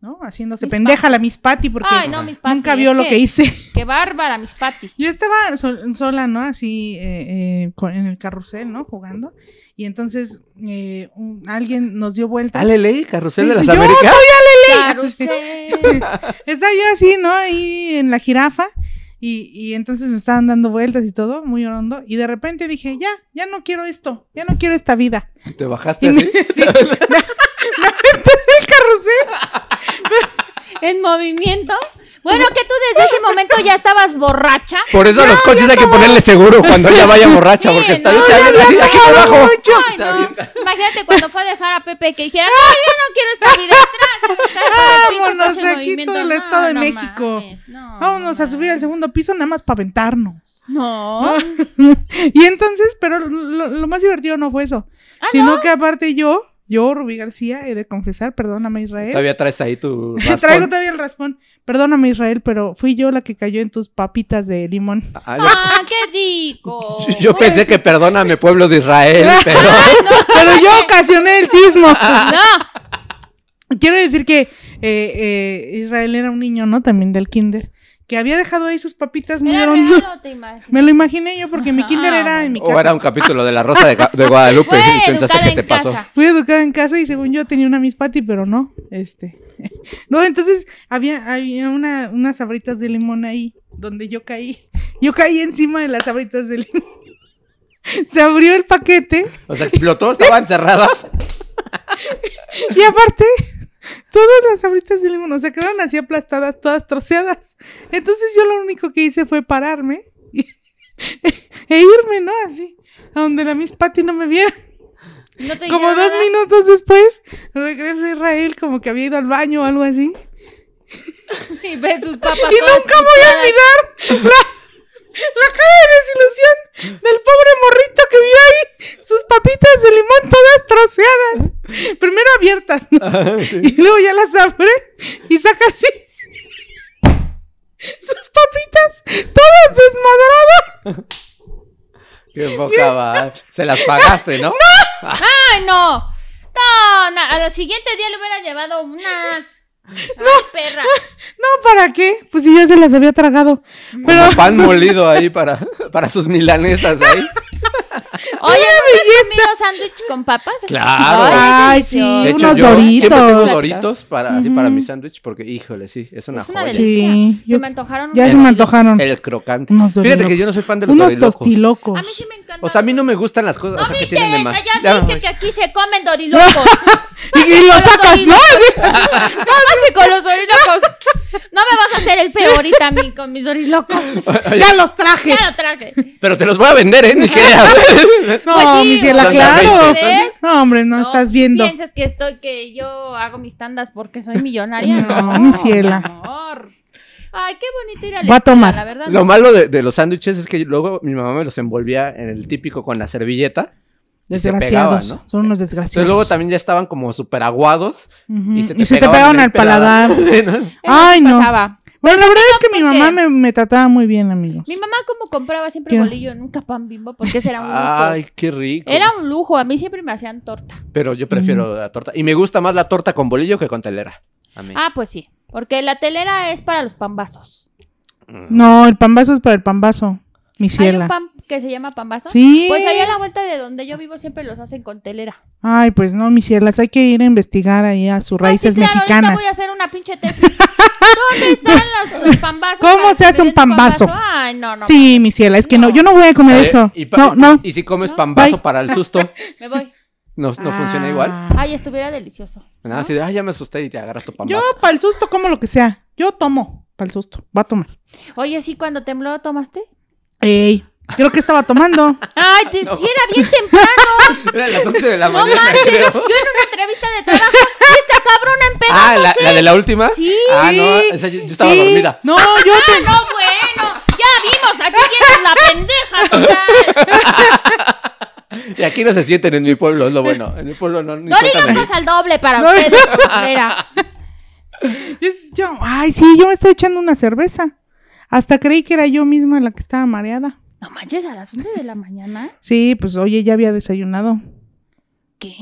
S1: ¿no? Haciéndose
S3: Miss
S1: pendeja la Miss Patty porque
S3: Ay, no, mis patis.
S1: nunca vio lo que hice.
S3: Qué bárbara, mis patis.
S1: (laughs) Yo estaba sol- sola, ¿no? Así eh, eh, con- en el carrusel, ¿no? Jugando. Y entonces eh, un- alguien nos dio vueltas.
S2: Dale, ley, carrusel de
S1: Sí,
S2: las
S1: yo
S2: Américas.
S3: Carrusel.
S1: Estaba yo así, ¿no? Ahí en la jirafa. Y, y entonces me estaban dando vueltas y todo, muy orondo. Y de repente dije, ya, ya no quiero esto, ya no quiero esta vida.
S2: Te bajaste
S1: Y me,
S2: así.
S1: (laughs) sí, me aventé del carrusel.
S3: En movimiento. Bueno, que tú desde ese momento ya estabas borracha.
S2: Por eso a los coches hay que ponerle seguro cuando ya vaya borracha,
S3: Sí,
S2: porque está
S3: no,
S2: bien. se avienta así, aquí me bajo.
S3: Ay, no. Imagínate cuando fue a dejar a Pepe que dijera, no, yo no quiero esta vida atrás.
S1: Vámonos aquí todo el Estado de México. Vámonos a subir al segundo piso nada más para aventarnos.
S3: No.
S1: y entonces, pero lo, lo más divertido no fue eso.
S3: Ah,
S1: sino que aparte yo, Yo, Rubí García, he de confesar, perdóname Israel.
S2: Todavía traes ahí tu.
S1: (laughs) Traigo
S2: raspón.
S1: todavía el raspón. Perdóname Israel, pero fui yo la que cayó en tus papitas de limón.
S2: Ah, yo-
S3: ¡Ah, qué rico!
S2: yo, yo pensé que perdóname, pueblo de Israel, pero.
S1: (laughs) Pero (laughs) yo ocasioné el sismo.
S3: ¡No!
S1: (laughs) Quiero decir que eh, eh, Israel era un niño, ¿no? También del kinder. Que había dejado ahí sus papitas muy
S3: Era
S1: horno-
S3: regalo, te
S1: (laughs)
S3: imaginas.
S1: Me lo imaginé yo porque mi kinder
S3: (laughs) Ah,
S1: era en mi
S2: O
S1: casa.
S2: era un capítulo de La Rosa de, Ga- de Guadalupe.
S3: Fue
S2: y pensaste
S3: educada
S2: que te
S3: en
S2: pasó.
S3: casa.
S1: Fui educada en casa y según yo tenía una Miss Patty, pero no, este. (laughs) No, entonces había, había una, unas sabritas de limón ahí, donde yo caí. Yo caí encima de las sabritas de limón. (laughs) Se abrió el paquete
S2: O sea, explotó, estaban cerradas.
S1: y aparte, (laughs) todas las sabritas de limón, o sea, quedaron así aplastadas, todas troceadas. Entonces yo lo único que hice fue pararme y- (laughs) e irme, ¿no? Así, a donde la Miss Patty no me viera.
S3: No te
S1: Como
S3: dijeron
S1: dos
S3: nada.
S1: minutos después, regreso a Israel como que había ido al baño o algo así.
S3: (laughs) Y ve sus papas.
S1: Y
S3: todas
S1: nunca voy a
S3: picadas.
S1: olvidar la, la cara de desilusión del pobre morrito que vio ahí sus papitas de limón todas troceadas. Primero abiertas, ¿no?
S3: Ah,
S1: Y luego ya las abre y saca así sus papitas todas desmadradas.
S2: Qué poca va. Se las pagaste, ¿no?
S3: ¡Ay, no! No, no, al siguiente día le hubiera
S1: (laughs)
S3: llevado unas. ¡Ay, perra!
S1: No, ¿para qué? Pues si ya se las había tragado. Pero
S2: Como pan molido ahí para, para sus milanesas ahí.
S3: Oye, ¿no has
S1: belleza!
S3: comido sándwich con papas?
S2: Claro.
S1: Ay,
S3: qué
S1: sí,
S3: delicioso.
S2: De hecho,
S1: unos
S2: yo siempre tengo
S1: Doritos.
S2: doritos para, así para mi sándwich porque, híjole, sí, es una
S3: Es una
S2: joya.
S3: delicia.
S1: Sí,
S3: se
S1: yo-
S3: me antojaron.
S1: ya
S3: unos
S1: se me
S3: dorilocos.
S1: antojaron.
S2: El crocante.
S1: Unos
S2: Fíjate que
S1: dorilocos.
S2: yo no soy fan de los
S1: Unos
S2: dorilocos.
S1: tostilocos.
S3: A mí sí me encanta.
S2: O sea, a mí no me gustan las cosas
S3: No
S2: así
S3: me
S2: que tienen de
S3: interesa,
S2: más. (laughs)
S3: ya,
S2: Ya,
S3: dije
S2: ay.
S3: que aquí se
S1: (laughs)
S3: comen dorilocos.
S1: Y, y lo
S3: Con los
S1: sacas, ¿no?
S3: dorilocos. Pase con los dorilocos. No me vas a hacer el feo ahorita a mí con mis dorilocos.
S2: (laughs) Oye,
S1: Ya los traje.
S3: Ya lo traje.
S2: Pero te los voy a vender, ¿eh? Ni creas.
S1: (laughs) No,
S3: Pues sí,
S1: mi ciela,
S2: son
S1: claro.
S2: las 20,
S3: ¿ves?
S1: No, hombre, (laughs) no, estás viendo.
S3: ¿Piensas que estoy que yo hago mis tandas porque soy millonaria?
S1: No,
S3: No,
S1: mi ciela.
S3: mi amor. Ay, qué bonito ir a la
S1: Va a
S3: escuela,
S1: tomar.
S3: La verdad.
S2: (laughs) Lo malo de, de los sándwiches es que luego mi mamá me los envolvía en el típico con la servilleta. y se
S1: Desgraciados.
S2: pegaban, ¿no?
S1: Son unos
S2: Entonces
S1: desgraciados.
S2: luego también ya estaban como súper aguados.
S1: Ujú.
S2: Y se te,
S1: pegaban
S2: en el
S1: al paladar.
S2: (laughs) Sí, ¿no?
S3: Eso nos
S1: Ay, no.
S3: pasaba.
S1: Bueno, la verdad es que mi
S3: porque-
S1: mamá me, me trataba muy bien, amigos.
S3: Mi mamá como compraba siempre
S1: ¿Qué?
S3: bolillo, nunca pan bimbo, porque ese era un lujo.
S2: Ay, qué rico.
S3: Era un lujo, a mí siempre me hacían torta.
S2: Pero yo prefiero la torta. Y me gusta más la torta con bolillo que con telera. A mí.
S3: Ah, pues sí, porque la telera es para los pambazos.
S1: No, el pambazo es para el pambazo, mi
S3: ¿Hay un
S1: ciela.
S3: pan que se llama pambazo?
S1: Sí.
S3: Pues allá a la vuelta de donde yo vivo siempre los hacen con telera.
S1: Ay, pues no, mis cielas, hay que ir a investigar ahí a sus
S3: Ay, Pues sí,
S1: raíces
S3: claro,
S1: mexicanas.
S3: Ahorita voy a hacer una pinche tesis. ¿Dónde están
S1: (laughs)
S3: los, los pambazos?
S1: ¿Cómo
S3: para
S1: se hace un
S3: conseguir tu
S1: pambazo?
S3: Ay, no, no.
S1: Sí, mi ciela, es que no.
S3: No.
S1: yo no voy a comer
S2: Eh,
S1: eso.
S2: Y, pa-
S1: No, no.
S2: y si comes
S3: No.
S2: pambazo
S1: Bye.
S2: para el susto,
S3: Me voy.
S2: no, no funciona igual.
S1: Ah.
S3: Ay, estuviera delicioso.
S2: Nada, así de, ay, ya me asusté y te agarras tu
S1: Yo
S2: pambazo. (laughs)
S1: para el susto como lo que sea. Yo tomo para el susto. Va a tomar.
S3: Oye, sí, cuando tembló, ¿tomaste?
S1: Ey, creo que estaba tomando.
S3: Ay, te, sí, era bien temprano.
S2: Era las 11 de la
S3: No
S2: mañana,
S3: manches, yo en
S2: creo.
S3: una entrevista de trabajo, esta cabrona empezó.
S2: Ah, ¿la, la de la última?
S3: Sí.
S2: Ah, no, esa yo, yo estaba
S1: Sí.
S2: dormida.
S1: No, yo te-
S3: Ah, No, bueno, ya vimos aquí quién es la pendeja total.
S2: Y aquí no se sienten en mi pueblo, es lo bueno. En mi pueblo no. Ni sueltan ahí.
S3: Dorilocos al doble para
S1: No.
S3: ustedes. culeras.
S1: yo, yo- ay, sí, yo me estaba echando una cerveza. Hasta creí que era yo misma la que estaba mareada.
S3: No manches, a las 11 de la mañana.
S1: Sí, pues oye, ya había desayunado
S3: ¿Qué?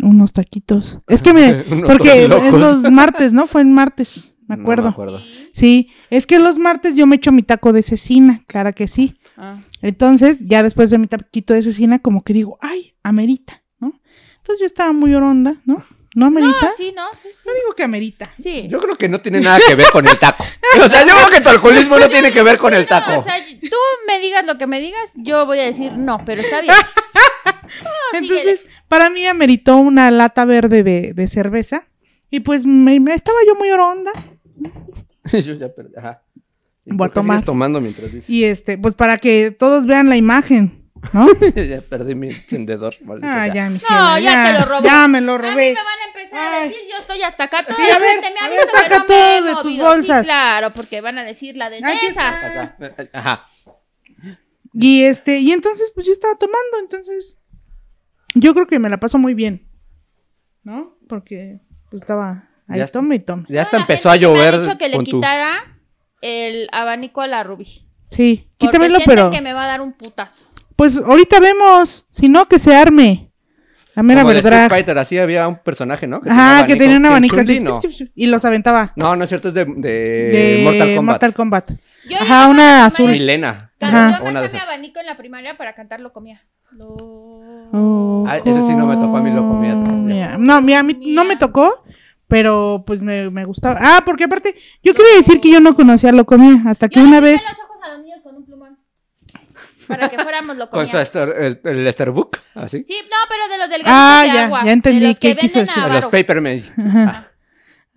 S1: unos taquitos. Es que me,
S2: (laughs) Unos
S1: porque es
S2: locos.
S1: los martes, ¿no? Fue en martes, me
S2: No
S1: acuerdo.
S2: me acuerdo.
S3: Sí.
S1: Sí, es que los martes yo me echo mi taco de cecina, claro que sí.
S3: Ah.
S1: Entonces, ya después de mi taquito de cecina, como que digo, ay, amerita, ¿no? Entonces yo estaba muy oronda, ¿no? ¿No amerita?
S3: No, sí, no, sí.
S1: Yo digo que amerita.
S3: Sí.
S2: Yo creo que no tiene nada que ver con el taco. O sea, yo creo que tu alcoholismo no tiene que ver con el
S3: No,
S2: taco. (laughs)
S3: o sea, tú me digas lo que me digas, yo voy a decir no, pero está
S1: (laughs)
S3: bien. (laughs) No, síguele.
S1: Entonces, para mí ameritó una lata verde de, de cerveza. Y pues me, me- estaba yo muy oronda.
S2: Yo ya perdí. Ajá. ¿Y
S1: Voy
S2: por
S1: a
S2: qué
S1: tomar.
S2: sigues tomando mientras dices?
S1: Y este, pues para que todos vean la imagen, ¿no?
S2: (laughs)
S3: (laughs)
S2: ya perdí mi encendedor. maldita
S1: Ah,
S2: sea.
S1: ya, mi cielo,
S3: ya te lo robó.
S1: Ya me lo
S3: a mí
S1: robé.
S3: me van a empezar a
S1: Ay.
S3: decir, yo estoy hasta acá, todo
S1: Sí,
S3: de
S1: a ver,
S3: frente me
S1: a
S3: ha
S1: ver,
S3: visto,
S1: saca
S3: pero me he
S1: todo de tus
S3: movido. Sí,
S1: bolsas.
S3: claro, porque van a decir la de
S1: Aquí
S3: Nessa.
S1: está.
S2: Ajá.
S1: Y este, y entonces, pues yo estaba tomando, entonces. Yo creo que me la paso muy bien. ¿no? Porque pues, estaba ahí
S2: Ya está.
S1: tome y tome.
S2: Ya hasta
S3: Toda la
S2: empezó a
S3: gente me
S2: llover.
S3: ha dicho que le
S2: con tu-
S3: quitara el abanico a la Ruby.
S1: Sí,
S3: porque
S1: quítamelo,
S3: siento
S1: pero
S3: que me va a dar un putazo.
S1: pues ahorita vemos, si no que se arme. La mera
S2: Como de
S1: verdad.
S2: Street Fighter, así había un personaje, ¿no?
S1: Ajá, que tenía una
S2: abanico.
S1: abanica así,
S2: Que en Chun-Li
S1: (laughs) chup, chup, chup, y los aventaba.
S2: No. no, no es cierto, es de, de
S1: De
S2: Eh, Mortal Kombat.
S3: Yo
S1: Ajá,
S3: en la
S1: una azul.
S3: primaria-
S2: Milena.
S1: Ajá.
S3: Cuando yo
S2: Una
S3: me
S2: de
S3: hacía mi
S2: esas.
S3: abanico en la primaria para cantar lo comía. Lo-
S2: Ah, ese sí no me tocó, a mí lo comía también.
S1: No, mira, a mí no me tocó, pero pues me, me gustaba. Ah, porque aparte, yo quería decir que yo no conocía lo comía, hasta que
S3: Yo le
S1: una
S3: pinté
S1: vez...
S3: los ojos a los niños con un plumón. Para que fuéramos lo
S2: Con
S3: comía.
S2: su Esther- el, el Starbuck, así.
S3: Sí, no, pero de los del
S1: Ah,
S3: gatito de
S1: ya,
S3: agua.
S1: ya entendí
S3: de los
S1: qué
S3: que
S1: quiso
S3: venden a
S1: decir.
S2: A
S1: Ah,
S2: los
S3: Varo.
S2: Paperman.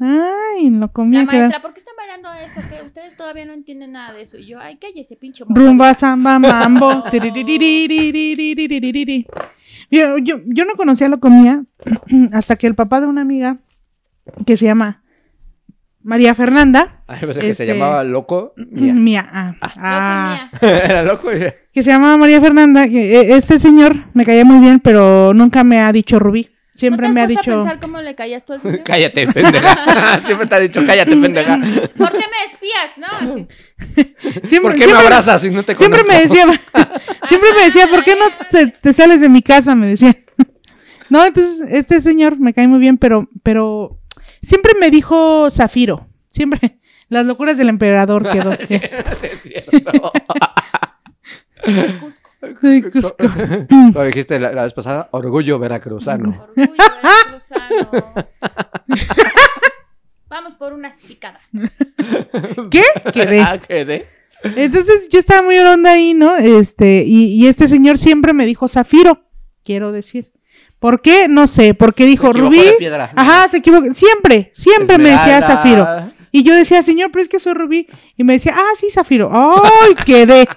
S1: Ay, lo comía
S3: La
S1: que era...
S3: maestra, ¿por qué están bailando eso? Que ustedes todavía no entienden nada de eso. Y yo, ay, cállese, pinche morra.
S1: Rumba, samba, mambo.
S3: No.
S1: tiririririririririririri. Yo, yo, yo no conocía lo comía (clears throat) hasta que el papá de una amiga que se llama María Fernanda.
S2: A veces que
S1: Este-
S2: se llamaba Loco Mía.
S1: Mía. ah,
S3: Yo
S1: ah,
S3: tenía.
S2: (laughs) Era loco. y-
S1: que se llamaba María Fernanda. que, eh, Este señor me caía muy bien, pero nunca me ha dicho Rubí. Siempre
S3: ¿No te
S1: me ha
S3: has puesto a
S1: dicho.
S3: pensar cómo le
S2: (laughs)
S3: callas tú al señor?
S2: Cállate, pendeja. (laughs) Siempre te ha dicho, cállate, pendeja.
S1: Mm,
S3: ¿Por qué me espías? No,
S2: (laughs)
S3: así.
S1: Siempre,
S2: ¿Por qué me
S1: siempre-
S2: abrazas si no te
S1: Siempre me
S2: conozco?
S1: decía, (laughs) siempre me decía, ¿por
S3: (laughs)
S1: qué no te, te sales de mi casa? Me decía. No, entonces este señor me cae muy bien, pero, pero siempre me dijo Zafiro. Siempre. Las locuras del emperador quedó.
S2: (laughs) Sí, sí, es cierto.
S1: (laughs) Ay,
S3: de Cusco.
S2: (laughs)
S1: Mm. Cusco.
S2: Lo dijiste la, la vez pasada, orgullo
S1: Mm.
S2: veracruzano.
S3: Orgullo veracruzano.
S1: (laughs)
S3: Vamos por unas picadas.
S1: ¿Qué? Quedé.
S2: (laughs) Ah, quedé.
S1: Entonces yo estaba muy onda ahí, ¿no? Este, y, y este señor siempre me dijo Zafiro, quiero decir. ¿Por qué? No sé. ¿Por qué
S2: Se
S1: dijo
S2: equivocó
S1: Rubí?
S2: la piedra.
S1: Ajá, se equivocó. Siempre, siempre me decía
S2: Esmeralda.
S1: Zafiro. Y yo decía, señor, pero es que soy rubí. Y me decía, ah, sí, zafiro. ¡Ay, quedé!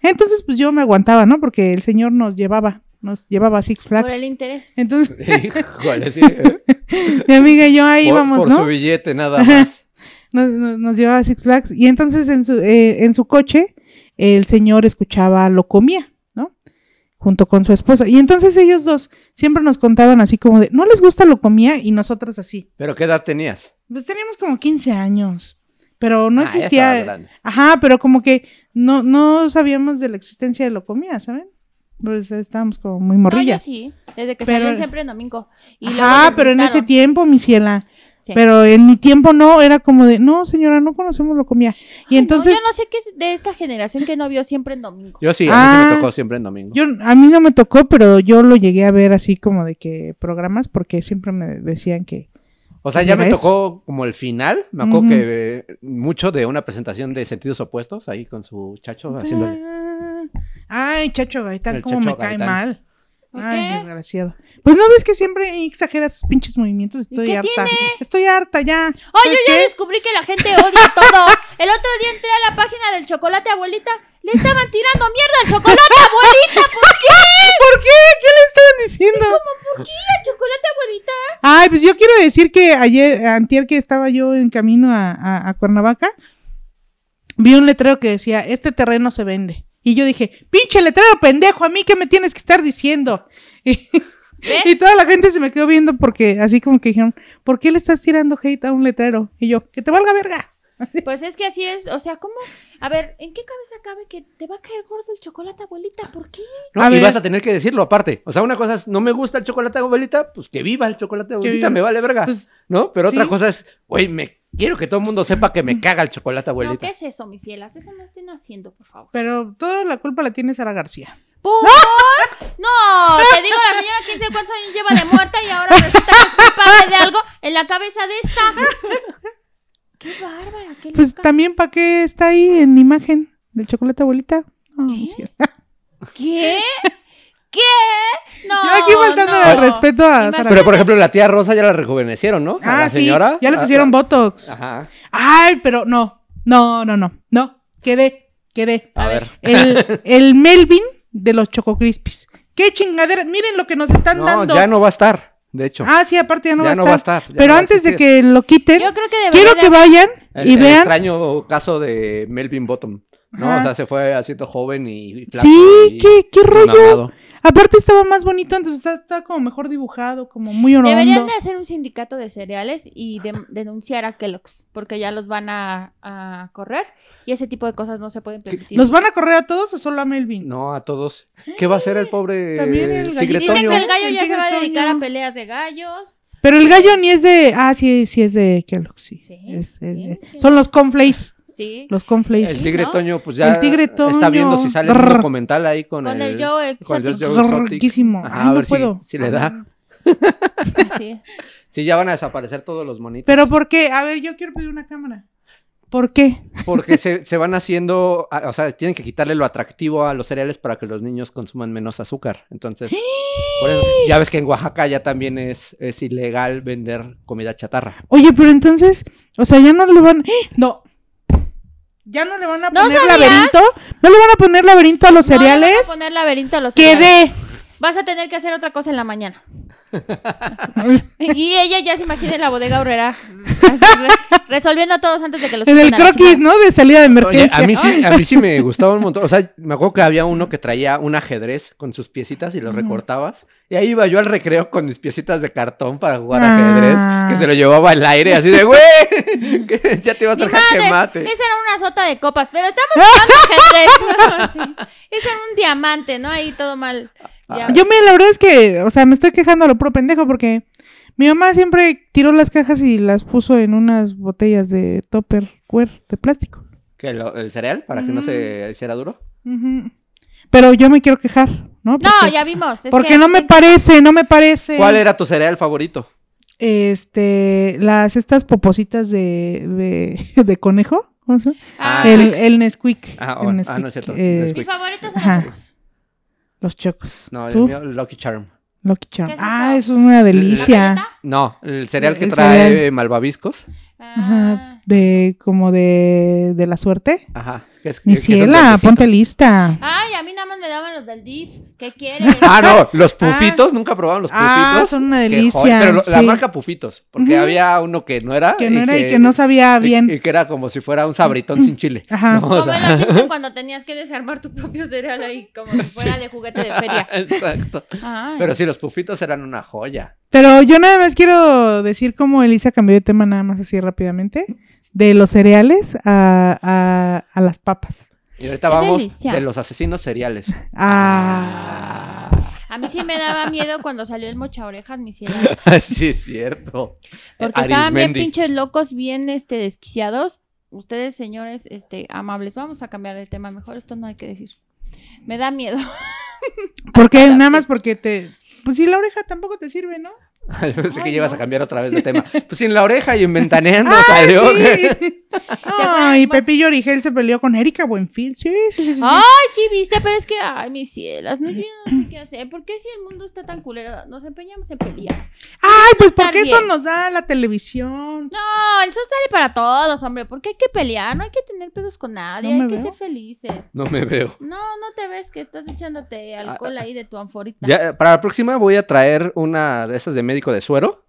S1: Entonces, pues yo me aguantaba, ¿no? Porque el señor nos llevaba, nos llevaba a Six
S3: Por
S1: Flags.
S3: el interés.
S1: Entonces, (laughs)
S2: (laughs) Híjole, sí. ¿eh?
S1: mi amiga y yo ahí
S2: por,
S1: íbamos,
S2: por
S1: ¿no?
S2: su billete, nada más.
S1: Nos, nos- nos llevaba a Six Flags. Y entonces en su, eh, en su coche, el señor escuchaba lo comía, ¿no? Junto con su esposa. Y entonces ellos dos siempre nos contaban así como de, ¿no les gusta lo comía? Y nosotras así.
S2: ¿Pero qué edad tenías?
S1: Pues teníamos como 15 años. Pero no
S2: Ah, ya
S1: existía.
S2: estabas grande.
S1: Ajá, pero como que no, no sabíamos de la existencia de lo comía, ¿saben? Pues estábamos como muy
S3: No, yo
S1: morrillas.
S3: sí, desde que
S1: Pero-
S3: salían siempre en domingo. Y luego
S1: Ajá,
S3: nos
S1: pero en ese
S3: juntaron.
S1: tiempo, mi ciela.
S3: Sí.
S1: Pero en mi tiempo no, era como de, no, señora, no conocemos lo comía. Y
S3: Ay, no,
S1: entonces,
S3: yo no sé qué es de esta generación que no vio siempre en domingo.
S2: Yo sí, a mí se
S1: Ah.
S2: me tocó siempre en domingo.
S1: yo, a mí no me tocó, pero yo lo llegué a ver así como de que programas, porque siempre me decían que,
S2: o sea, ya
S1: ¿Mira
S2: me
S1: eso?
S2: tocó como el final. Me acuerdo
S1: Ujú.
S2: que eh, mucho de una presentación de sentidos opuestos ahí con su
S1: Ah.
S2: chacho haciéndole.
S1: Ay, Chacho Gaitán,
S2: El
S1: cómo
S2: Chacho
S1: me cae
S2: Gaitán.
S1: mal.
S3: ¿Por
S1: Ay,
S3: qué?
S1: desgraciado. Pues no ves que siempre exagera sus pinches movimientos. Estoy
S3: qué
S1: harta. Estoy harta ya.
S3: Oh, yo
S1: ¿Sabes
S3: ya
S1: qué?
S3: descubrí que la gente odia todo. El otro día entré a la página del chocolate abuelita. Le estaban tirando mierda al chocolate abuelita. ¿Por qué?
S1: ¿Por qué? ¿Qué le estaban diciendo?
S3: ¿Por qué al chocolate abuelita?
S1: Ay, pues yo quiero decir que ayer, antier que estaba yo en camino a, a- a Cuernavaca, vi un letrero que decía, este terreno se vende. Y yo dije, pinche letrero pendejo, a mí qué me tienes que estar diciendo. (laughs) Y,
S3: ¿Ves?
S1: y toda la gente se me quedó viendo porque así como que dijeron, ¿por qué le estás tirando hate a un letrero? Y yo, que te valga verga.
S3: Pues es que así es. O sea, ¿cómo? A ver, ¿en qué cabeza cabe que te va a caer gordo el chocolate abuelita? ¿Por qué?
S2: No,
S1: A
S2: y
S1: ver.
S2: vas a tener que decirlo aparte. O sea, una cosa es, no me gusta el chocolate abuelita, pues que viva el chocolate abuelita,
S1: viva.
S2: me vale
S3: Ah.
S2: verga.
S1: Pues,
S2: ¿No? Pero
S1: sí.
S2: otra cosa es, güey, me quiero que todo el mundo sepa que me caga el chocolate
S3: No, ¿qué
S2: abuelita.
S3: es eso, mis cielas? Eso no estén haciendo, por favor.
S1: pero toda la culpa la tiene Sara García.
S3: ¡Putos! No, te digo, la señora quién sabe cuántos años lleva de muerta y ahora resulta que es culpable de algo en la cabeza de
S1: (laughs)
S3: esta. ¡Qué bárbara! ¡Qué
S1: Pues
S3: loca!
S1: también, ¿para qué está ahí en imagen del chocolate abuelita? Ay,
S3: ¿Qué?
S1: sí.
S3: ¿Qué? ¿Qué? No,
S1: Yo (laughs) aquí faltando
S3: no.
S1: el respeto a
S3: Imagínate.
S1: Sara.
S2: Pero, por ejemplo, la tía Rosa ya la rejuvenecieron, ¿no? A
S1: Ah,
S2: la señora.
S1: sí, ya le pusieron
S2: Ah,
S1: Botox.
S2: Ajá.
S1: Ay, pero no, no, no, no, no, quedé, quedé.
S2: A,
S3: A
S2: ver. (laughs)
S1: El, el Melvin de los Choco Crispies. Qué chingadera, miren lo que nos están
S2: No,
S1: dando.
S2: ya no va a estar, de hecho.
S1: Ah, sí, aparte ya no,
S2: ya
S1: va,
S2: no
S1: a estar.
S2: ya
S1: Pero
S2: no va a
S1: antes de
S2: existir.
S1: que lo quiten,
S3: Yo creo que debería
S1: quiero
S3: de-
S1: que vayan
S2: El,
S1: y
S2: el
S1: vean.
S2: extraño caso de Melvin Bottom, ¿no?
S1: Ajá.
S2: O sea, se fue haciendo joven y flaco.
S1: Sí,
S2: y
S1: qué, qué rollo.
S2: mamado.
S1: Aparte estaba más bonito antes, está, está como mejor dibujado, como muy orondo.
S3: Deberían de hacer un sindicato de cereales y de- denunciar a Kellogg's, porque ya los van a, a correr y ese tipo de cosas no se pueden permitir.
S1: ¿Los van a correr a todos o solo a Melvin?
S2: No, a todos. ¿Qué va a hacer el pobre
S1: También el
S2: Tigre
S1: gallito.
S3: Dicen
S2: Toño?
S3: que el gallo
S1: El
S3: ya se
S1: tigre
S3: va a
S1: Toño.
S3: dedicar a peleas de gallos.
S1: Pero el gallo ni es de. Ah, sí, sí es de Kellogg, sí.
S3: Sí,
S1: Es- es-
S3: sí,
S1: es-
S3: sí.
S1: Son los conflays.
S3: Sí.
S1: Los
S2: El
S1: conflays.
S2: tigre
S3: ¿no?
S2: Toño, pues ya
S1: El tigre
S2: está
S1: Toño.
S2: viendo si sale
S1: Grrr.
S2: un documental ahí con,
S3: Con el Joe
S2: con el
S3: Exotic.
S2: Joe Exotic.
S1: Riquísimo.
S2: Ajá,
S1: Ay,
S2: a
S1: no
S2: ver si-
S1: puedo.
S2: si le da.
S3: Sí.
S2: Sí, ya van a desaparecer todos los monitos.
S1: Pero ¿por qué? A ver, yo quiero pedir una cámara. ¿Por qué?
S2: Porque se, se van haciendo, a- o sea, tienen que quitarle lo atractivo a los cereales para que los niños consuman menos azúcar. Entonces, por eso- ya ves que en Oaxaca ya también es, es ilegal vender comida chatarra.
S1: Oye, pero entonces, o sea, ya no le van. ¡Ah! No. Ya no le van a
S3: ¿No
S1: poner
S3: sabías?
S1: laberinto. No le van a poner laberinto a los
S3: No, le van a
S1: cereales.
S3: poner laberinto a los
S1: Que
S3: cereales.
S1: de.
S3: Vas a tener que hacer otra cosa en
S1: (laughs)
S3: la mañana. Y ella ya se imagina en la bodega horrera re- resolviendo a todos antes de que los
S1: En el
S3: quiten a la
S1: croquis,
S3: chingada.
S1: ¿no? De salida de
S2: Oye,
S1: emergencia.
S2: a mí sí, a mí sí me gustaba un montón. O sea, me acuerdo que había uno que traía un ajedrez con sus piecitas y los
S1: Ujú.
S2: recortabas. Y ahí iba yo al recreo con mis piecitas de cartón para jugar
S1: Ah.
S2: ajedrez, que se lo llevaba al aire así de, güey, (laughs) que ya te ibas
S3: Ni
S2: al jaque
S3: madres,
S2: mate.
S3: Esa era una sota de copas, pero estamos jugando ajedrez. Sí. Ese era un diamante, ¿no? Ahí todo mal. Ya.
S1: Ah. Yo me, la verdad es que, o sea, me estoy quejando a lo puro pendejo porque mi mamá siempre tiró las cajas y las puso en unas botellas de topperware de plástico.
S2: ¿Que lo- ¿El cereal? ¿Para que no se hiciera duro?
S1: Ujú. Pero yo me quiero quejar, ¿no?
S3: No, ya vimos. es
S1: porque
S3: que
S1: no me
S3: ten-
S1: parece, no me parece.
S2: ¿Cuál era tu cereal favorito?
S1: Este, las, estas popositas de, de, (laughs) de conejo, ¿cómo se llama?
S3: Ah,
S2: Ah,
S1: el, el Nesquik.
S2: Ah,
S1: el
S2: bueno.
S1: Nesquik,
S2: Ah, no es cierto,
S1: eh,
S2: Nesquik.
S3: Mi favorito son
S1: Ajá.
S3: los chicos.
S1: los chocos.
S2: No, el
S1: ¿Tú?
S2: mío, Lucky Charm.
S1: Lucky Charm.
S3: ¿Qué es
S1: ah, es
S3: eso?
S1: una
S3: ¿La
S1: delicia.
S3: paleta?
S2: No, el cereal que
S1: El
S2: trae
S1: cereal.
S2: malvaviscos.
S1: Ajá,
S3: Ah.
S1: de, como de, de la suerte.
S2: Ajá. que es-
S1: Mi
S2: que- que son
S1: ciela,
S2: verdecitos.
S1: ponte lista.
S3: Ay, a mí nada más me daban los del DIF.
S1: (laughs)
S3: ¿Qué quieres?
S2: Ah, no, los pufitos, nunca probaron los pufitos.
S1: Ah, son una
S2: Que,
S1: delicia.
S2: joder, pero lo- la
S1: sí.
S2: marca pufitos, porque
S1: Ujú.
S2: había uno que no era.
S1: que no era y que no sabía
S2: y-
S1: bien.
S2: Y, que era como si fuera un sabritón sin chile.
S1: (clears throat) Ajá.
S2: No, o
S3: Como
S2: sea,
S3: en los Simpson cuando tenías que desarmar tu propio cereal ahí, como si fuera
S2: Sí.
S3: de juguete de
S1: (laughs)
S3: feria.
S2: (laughs) Exacto.
S3: Ay.
S2: Pero sí, los pufitos eran una joya.
S1: Pero yo nada más quiero decir cómo Elisa cambió de tema nada más así rápidamente. De los cereales a, a- a las papas.
S2: Y ahorita
S3: Qué
S2: vamos
S3: delicia.
S2: de los asesinos
S3: (laughs)
S2: cereales.
S1: Ah.
S3: A mí sí me daba miedo cuando salió el mocha orejas, mis cielos.
S1: (laughs)
S2: (laughs) sí, es cierto.
S3: Porque estaban bien
S2: Arismendi.
S3: pinches locos, bien este desquiciados. Ustedes, señores, este, amables, vamos a cambiar de tema mejor, esto no hay que decir. Me
S1: (laughs)
S3: da miedo.
S2: Ah,
S1: Porque nada más porque te. Pues sí, la oreja tampoco te sirve, ¿no?
S2: Yo (laughs) pensé que
S3: Ay,
S2: llevas
S3: no. Ah,
S2: a cambiar otra vez de tema. Pues sin la oreja y en
S3: (laughs)
S2: ventaneando salió.
S1: (laughs) Sí. Ay,
S3: Se fue-
S1: Pepillo Origel se peleó con Erika Buenfil. Sí, sí, sí. sí, sí.
S3: Ay, sí, viste, pero es que, ay, mis cielas, no, yo no sé qué hacer. ¿Por qué si el mundo está tan culero? Nos empeñamos en pelear.
S1: Ay, (laughs) pues porque
S3: estar
S1: eso
S3: bien.
S1: nos da la televisión.
S3: No, el sol sale para todos, hombre. ¿Por qué hay que pelear? No hay que tener pedos con nadie,
S1: ¿No me
S3: hay que
S1: veo?
S3: ser felices.
S2: No me veo.
S3: No, no te ves que estás
S1: Ah,
S3: echándote alcohol ahí de tu anforita.
S2: Ya, para la próxima voy a traer una de esas de médico de suero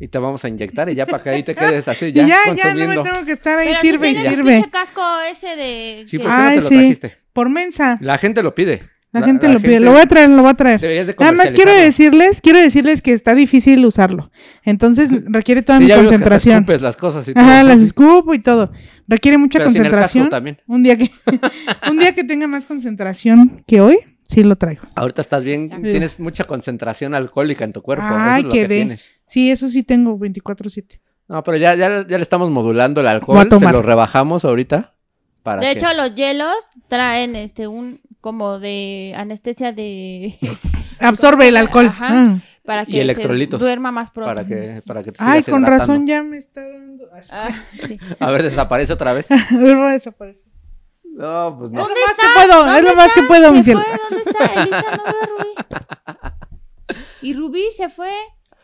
S2: y te vamos a inyectar y ya para que ahí te
S1: (laughs)
S2: quedes así ya,
S1: y ya, ya no
S2: consumiendo.
S1: me tengo que estar ahí.
S3: Pero
S1: sirve
S3: si
S1: y
S3: tienes
S1: sirve.
S3: pinche casco ese de...
S2: Sí,
S3: que-
S2: ¿por qué
S1: Ay,
S2: no te
S1: sí.
S2: lo trajiste?
S1: Por mensa.
S2: La gente lo pide.
S1: La, gente lo pide. Lo voy a traer, lo voy a traer.
S2: Deberías de
S1: Nada más quiero
S2: comercializarlo.
S1: decirles, quiero decirles que está difícil usarlo.
S2: (laughs)
S1: Entonces requiere toda
S2: Sí,
S1: mi
S2: ya vimos que hasta
S1: concentración.
S2: escupes las cosas y
S1: Ajá,
S2: todo.
S1: las escupo y todo. Requiere mucha
S2: Pero sin el casco
S1: concentración.
S2: también.
S1: Un día que (laughs) un día que tenga más concentración que hoy, sí lo traigo.
S2: Ahorita estás bien,
S3: Sí.
S2: tienes mucha concentración alcohólica en tu cuerpo.
S1: Ay,
S2: eso es lo que
S1: qué de-
S2: tienes.
S1: Sí, eso sí tengo 24/7.
S2: No, pero ya, ya, ya le estamos modulando el
S1: Voy
S2: alcohol,
S1: a
S2: se
S1: tomar.
S2: lo rebajamos ahorita. Para
S3: De
S2: que-
S3: hecho, los hielos traen este un como de anestesia de (laughs)
S1: Absorbe el alcohol.
S3: Ajá.
S1: Ah.
S3: para
S2: Y
S3: que
S2: electrolitos.
S3: se duerma más pronto.
S2: para que, para que te
S1: Ay,
S2: sigas
S1: con
S2: hidratando.
S1: razón ya me está dando. Ay, (laughs)
S3: Ah, sí.
S2: A ver, desaparece otra vez.
S1: A ver, voy a desaparecer.
S2: No, pues no.
S1: Es lo más que puedo, es
S3: ¿Dónde
S1: lo más que
S3: está?
S1: puedo,
S3: ¿Se
S1: mi
S3: fue?
S1: cielo.
S3: ¿Dónde está? Elisa no veo a Rubí. Y Rubí se fue.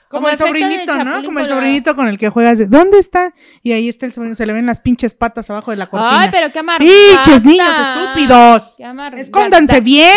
S1: Como, el
S3: efecto del
S1: sobrinito, ¿no?
S3: Chapulín
S1: Como el
S3: Colorado.
S1: sobrinito con el que juegas. de, ¿Dónde está? Y ahí está el sobrino, se le ven las pinches patas abajo de la cortina.
S3: Ay, pero qué amargada.
S1: ¡Pinches niños estúpidos!
S3: Qué amargada.
S1: ¡Escóndanse bien!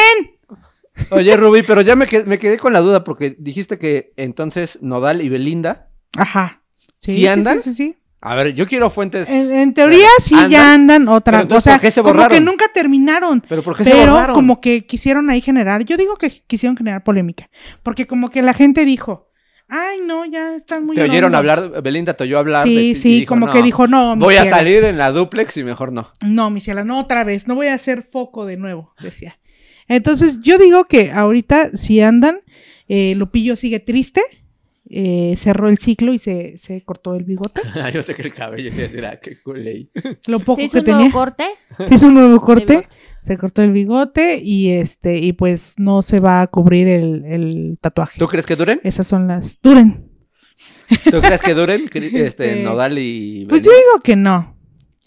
S2: Oye, Rubí, pero ya me, que- me quedé con la duda porque dijiste que entonces Nodal y Belinda
S1: Ajá.
S2: ¿Sí andan?
S1: Sí, sí, sí.
S2: A ver, yo quiero fuentes.
S1: En, en teoría sí ya andan otra
S2: Pero
S1: vez. O
S2: entonces,
S1: sea,
S2: ¿por qué se
S1: como que
S2: borraron?
S1: nunca terminaron.
S2: Pero ¿por qué se
S1: Pero
S2: borraron?
S1: como que quisieron ahí generar, yo digo que quisieron generar polémica, porque como que la gente dijo, ay no, ya están muy...
S2: Te oyeron
S1: longos".
S2: hablar, Belinda te oyó hablar. de ti
S1: Sí,
S2: y
S1: sí,
S2: dijo,
S1: como
S2: "No,
S1: que dijo, no, mi
S2: Voy a
S1: ciela,
S2: salir en la duplex y mejor (laughs) no.
S1: No, mi ciela, no otra vez, no voy a hacer foco de nuevo, decía. Entonces yo digo que ahorita si andan, eh, Lupillo sigue triste, eh, cerró el ciclo y se, se cortó el bigote,
S2: Ah, yo sé que el cabello ya será que culé.
S1: lo poco
S3: Se hizo
S1: que
S3: un nuevo
S1: tenía.
S3: corte.
S1: (laughs) Se hizo un nuevo corte,
S3: bigote.
S1: se cortó el bigote y este, y pues no se va a cubrir el, el tatuaje.
S2: ¿Tú crees que duren?
S1: Esas son las. Duren.
S2: ¿Tú crees que duren? Cri-
S1: (laughs)
S2: Este,
S1: Este,
S2: Nodal y.
S1: Pues yo digo que no.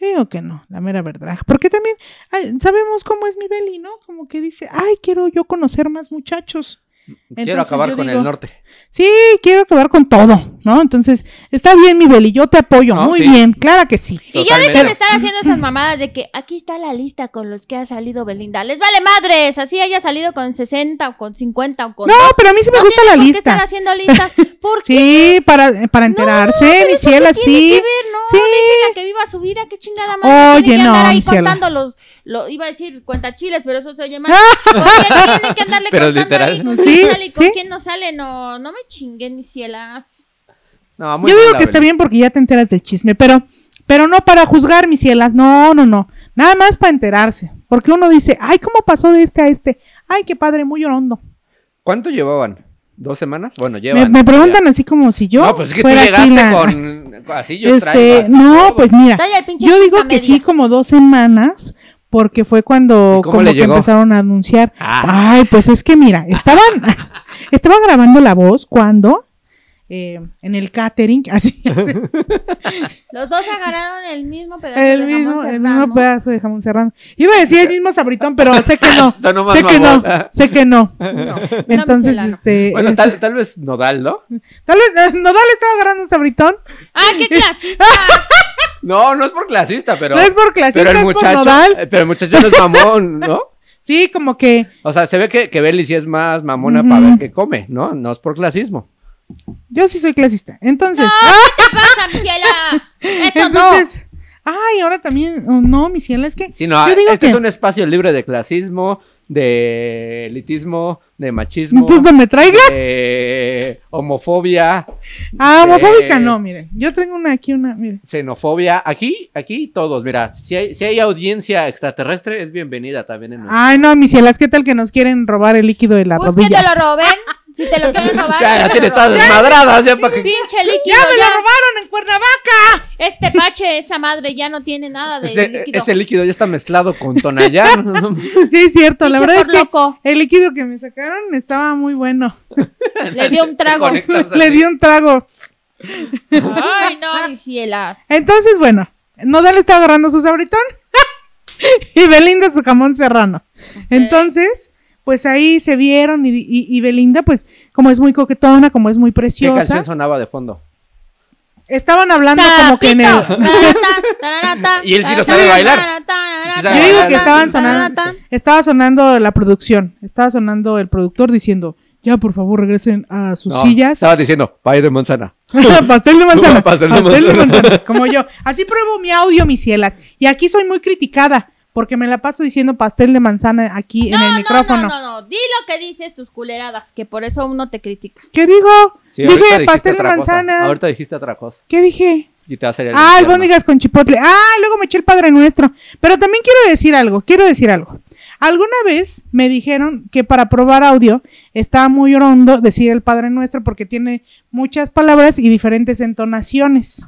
S1: Yo digo que no, la mera verdad. Porque también ay, sabemos cómo es mi Beli, ¿no? Como que dice, ay, quiero yo conocer más muchachos.
S2: Quiero
S1: entonces
S2: acabar
S1: yo
S2: con el
S1: digo-
S2: norte.
S1: Sí, quiero acabar con todo, ¿no? Entonces, está bien, mi Beli, yo te apoyo.
S2: No,
S1: muy
S2: sí.
S1: bien, clara que sí.
S3: Y ya dejen de
S2: Totalmente.
S3: estar haciendo esas mamadas de que aquí está la lista con los que ha salido Belinda. Les vale madres, así haya salido con 60 o con 50 o con...
S1: No,
S3: dos.
S1: pero a mí sí me
S3: No
S1: gusta
S3: tienen
S1: la
S3: por qué
S1: lista.
S3: estar haciendo
S1: (laughs)
S3: listas. ¿Por qué?
S1: Sí, para, para enterarse, mi
S3: ¿Eso qué
S1: ciela,
S3: tiene que
S1: sí.
S3: ver? No,
S1: Sí.
S3: déjenla que viva su vida, qué chingada madre.
S1: Oye,
S3: tiene que
S1: no,
S3: andar ahí
S1: mi ciela.
S3: contando los, lo- iba a decir cuentachiles, pero eso se
S1: (laughs)
S3: oye mal. ¿Por qué tienen que andarle
S2: Pero
S3: contando
S2: literal.
S3: ahí con
S1: Sí,
S3: quién sale y con
S1: sí.
S3: quién no sale? No, no me chinguen mis cielas.
S2: No, muy
S1: Yo
S2: bien,
S1: digo
S2: la
S1: que está
S2: Belinda.
S1: bien porque ya te enteras del chisme, pero, pero no para juzgar, mis cielas. No, no, no. Nada más para enterarse. Porque uno dice, ay, ¿cómo pasó de este a este? Ay, qué padre, muy llorondo.
S2: ¿Cuánto llevaban? ¿Dos semanas? Bueno,
S1: Me,
S2: llevan.
S1: me preguntan
S2: ya.
S1: así como si yo.
S2: No, pues es que tú
S1: fuera aquí
S2: llegaste
S1: la-
S2: con. Así yo
S1: Este,
S2: traigo.
S1: no, pues mira.
S3: Trae el pinche
S1: Yo digo
S3: chisme a
S1: que sí,
S3: medias.
S1: como dos semanas, porque fue cuando
S2: ¿Y cómo
S1: como
S2: le
S1: que
S2: llegó?
S1: empezaron a anunciar.
S2: Ah.
S1: Ay, pues es que
S2: (laughs)
S1: mira, estaban, estaban grabando la voz cuando eh, en el catering, (laughs) así,
S3: Los dos agarraron el mismo pedazo
S1: el
S3: de
S1: mismo,
S3: jamón
S1: el
S3: serrano.
S1: mismo pedazo de jamón serrano. Iba a decir el mismo sabritón, pero sé que no,
S2: (laughs) Sonó más
S1: sé que no,
S2: mamón.
S1: sé que
S2: (laughs)
S1: no.
S3: No,
S1: Entonces,
S3: no me sé
S1: este,
S2: Bueno,
S1: es-
S2: tal, tal vez Nodal, ¿no?
S1: tal vez, no, dale, estaba agarrando un sabritón.
S3: la- ¡Ah, qué clasista!
S2: No, no es por clasista, pero.
S1: No es por clasista,
S2: pero el
S1: es por
S2: muchacho,
S1: Nodal.
S2: eh, Pero el muchacho no es mamón, ¿no?
S1: Sí, como que
S2: O sea, se ve que, que Beli sí es más mamona para ver qué come, ¿no? No es por clasismo.
S1: yo sí soy clasista. Entonces,
S3: ¿Qué pasa, Michela? ¡Eso
S1: Entonces, ay, ahora también, oh, no, mi cielo, es que
S2: Sí, no,
S1: yo digo
S2: este
S1: que
S2: es un espacio libre de clasismo, de elitismo, de machismo,
S1: entonces no me traigan.
S2: de homofobia,
S1: Ah, homofóbica
S2: de-
S1: no, miren, yo tengo una aquí, una, miren.
S2: xenofobia. Aquí, aquí todos, mira, si hay, si hay audiencia extraterrestre, es bienvenida también en
S1: Ay, no, mis cielas, ¿qué tal que nos quieren robar el líquido de la
S3: no! Pues
S1: rodilla?
S3: que te lo roben. Si te lo quieren robar.
S2: Ya,
S3: que
S2: la
S3: te
S2: tiene
S3: lo
S2: todas
S3: roben.
S2: desmadradas, ya para que...
S3: Pinche líquido.
S1: ¡Ya me lo
S3: ya.
S1: robaron en Cuernavaca!
S3: Este pache, esa madre, ya no tiene nada de
S2: Ese,
S3: líquido.
S2: ese líquido ya está mezclado con Tonayán. (laughs)
S1: Sí, es cierto, la
S3: Pinche
S1: verdad es
S3: por
S1: que
S3: loco.
S1: el líquido que me sacaron estaba muy
S3: (laughs)
S1: bueno.
S3: Le dio un trago.
S2: Te conectas
S1: Le
S2: así.
S1: di un trago.
S3: Ay,
S1: Ah.
S3: no, mis cielas.
S1: Entonces, bueno, Nodal está agarrando su sabritón (laughs) y Belinda su jamón serrano. Entonces, pues ahí se vieron y, y- y Belinda, pues, como es muy coquetona, como es muy
S2: ¿Qué
S1: preciosa,
S2: canción sonaba de fondo?
S1: estaban hablando como que en el...
S2: (laughs) Y él sí lo sabe bailar. Sí sabe
S1: Yo digo que
S2: bailar.
S1: estaban sonando, estaba sonando la producción, estaba sonando el productor diciendo, ya por favor regresen a sus
S2: No, (laughs)
S1: sillas.
S2: Estaba diciendo, pay de manzana.
S1: (laughs) pastel de manzana,
S2: Pastel
S1: pastel
S2: de
S1: de
S2: manzana.
S1: manzana, como yo. Así pruebo mi audio, mis cielas. Y aquí soy muy criticada porque me la paso diciendo pastel de manzana aquí en el micrófono.
S3: No, no, no, no. Di lo que dices tus culeradas, que por eso uno te critica.
S1: ¿Qué digo?
S2: Sí, ahorita
S1: dije
S2: dijiste
S1: pastel de
S2: otra cosa.
S1: manzana.
S2: Ahorita dijiste otra cosa.
S1: ¿Qué dije?
S2: Y te va a salir el
S1: Ah,
S2: infierno.
S1: albóndigas con chipotle. Ah, luego me eché el Padre Nuestro. Pero también quiero decir algo, quiero decir algo. Alguna vez me dijeron que para probar audio está muy hondo decir el Padre Nuestro porque tiene muchas palabras y diferentes entonaciones.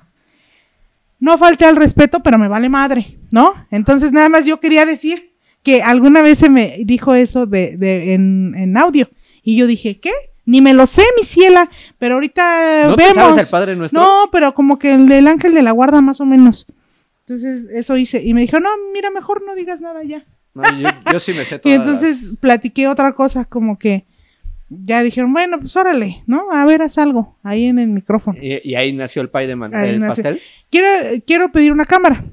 S1: No falté al respeto, pero me vale madre, ¿no? Entonces nada más yo quería decir que alguna vez se me dijo eso de, de- en, en audio. Y yo dije, ¿qué? Ni me lo sé, mi ciela, pero ahorita
S2: ¿No
S1: vemos.
S2: te sabes el Padre Nuestro?
S1: No, pero como que el del ángel de la guarda, más o menos. Entonces, eso hice. Y me dijeron, no, mira, mejor no digas nada ya.
S2: No, yo, yo sí me
S1: (laughs)
S2: sé
S1: Y
S2: todas las-
S1: entonces platiqué otra cosa, como que ya dijeron, bueno, pues órale, ¿no? A ver, haz algo ahí en el micrófono.
S2: Y, y ahí nació el pay de manzana.
S1: Ahí
S2: ¿El
S1: nació.
S2: pastel?
S1: Quiero, quiero pedir una cámara.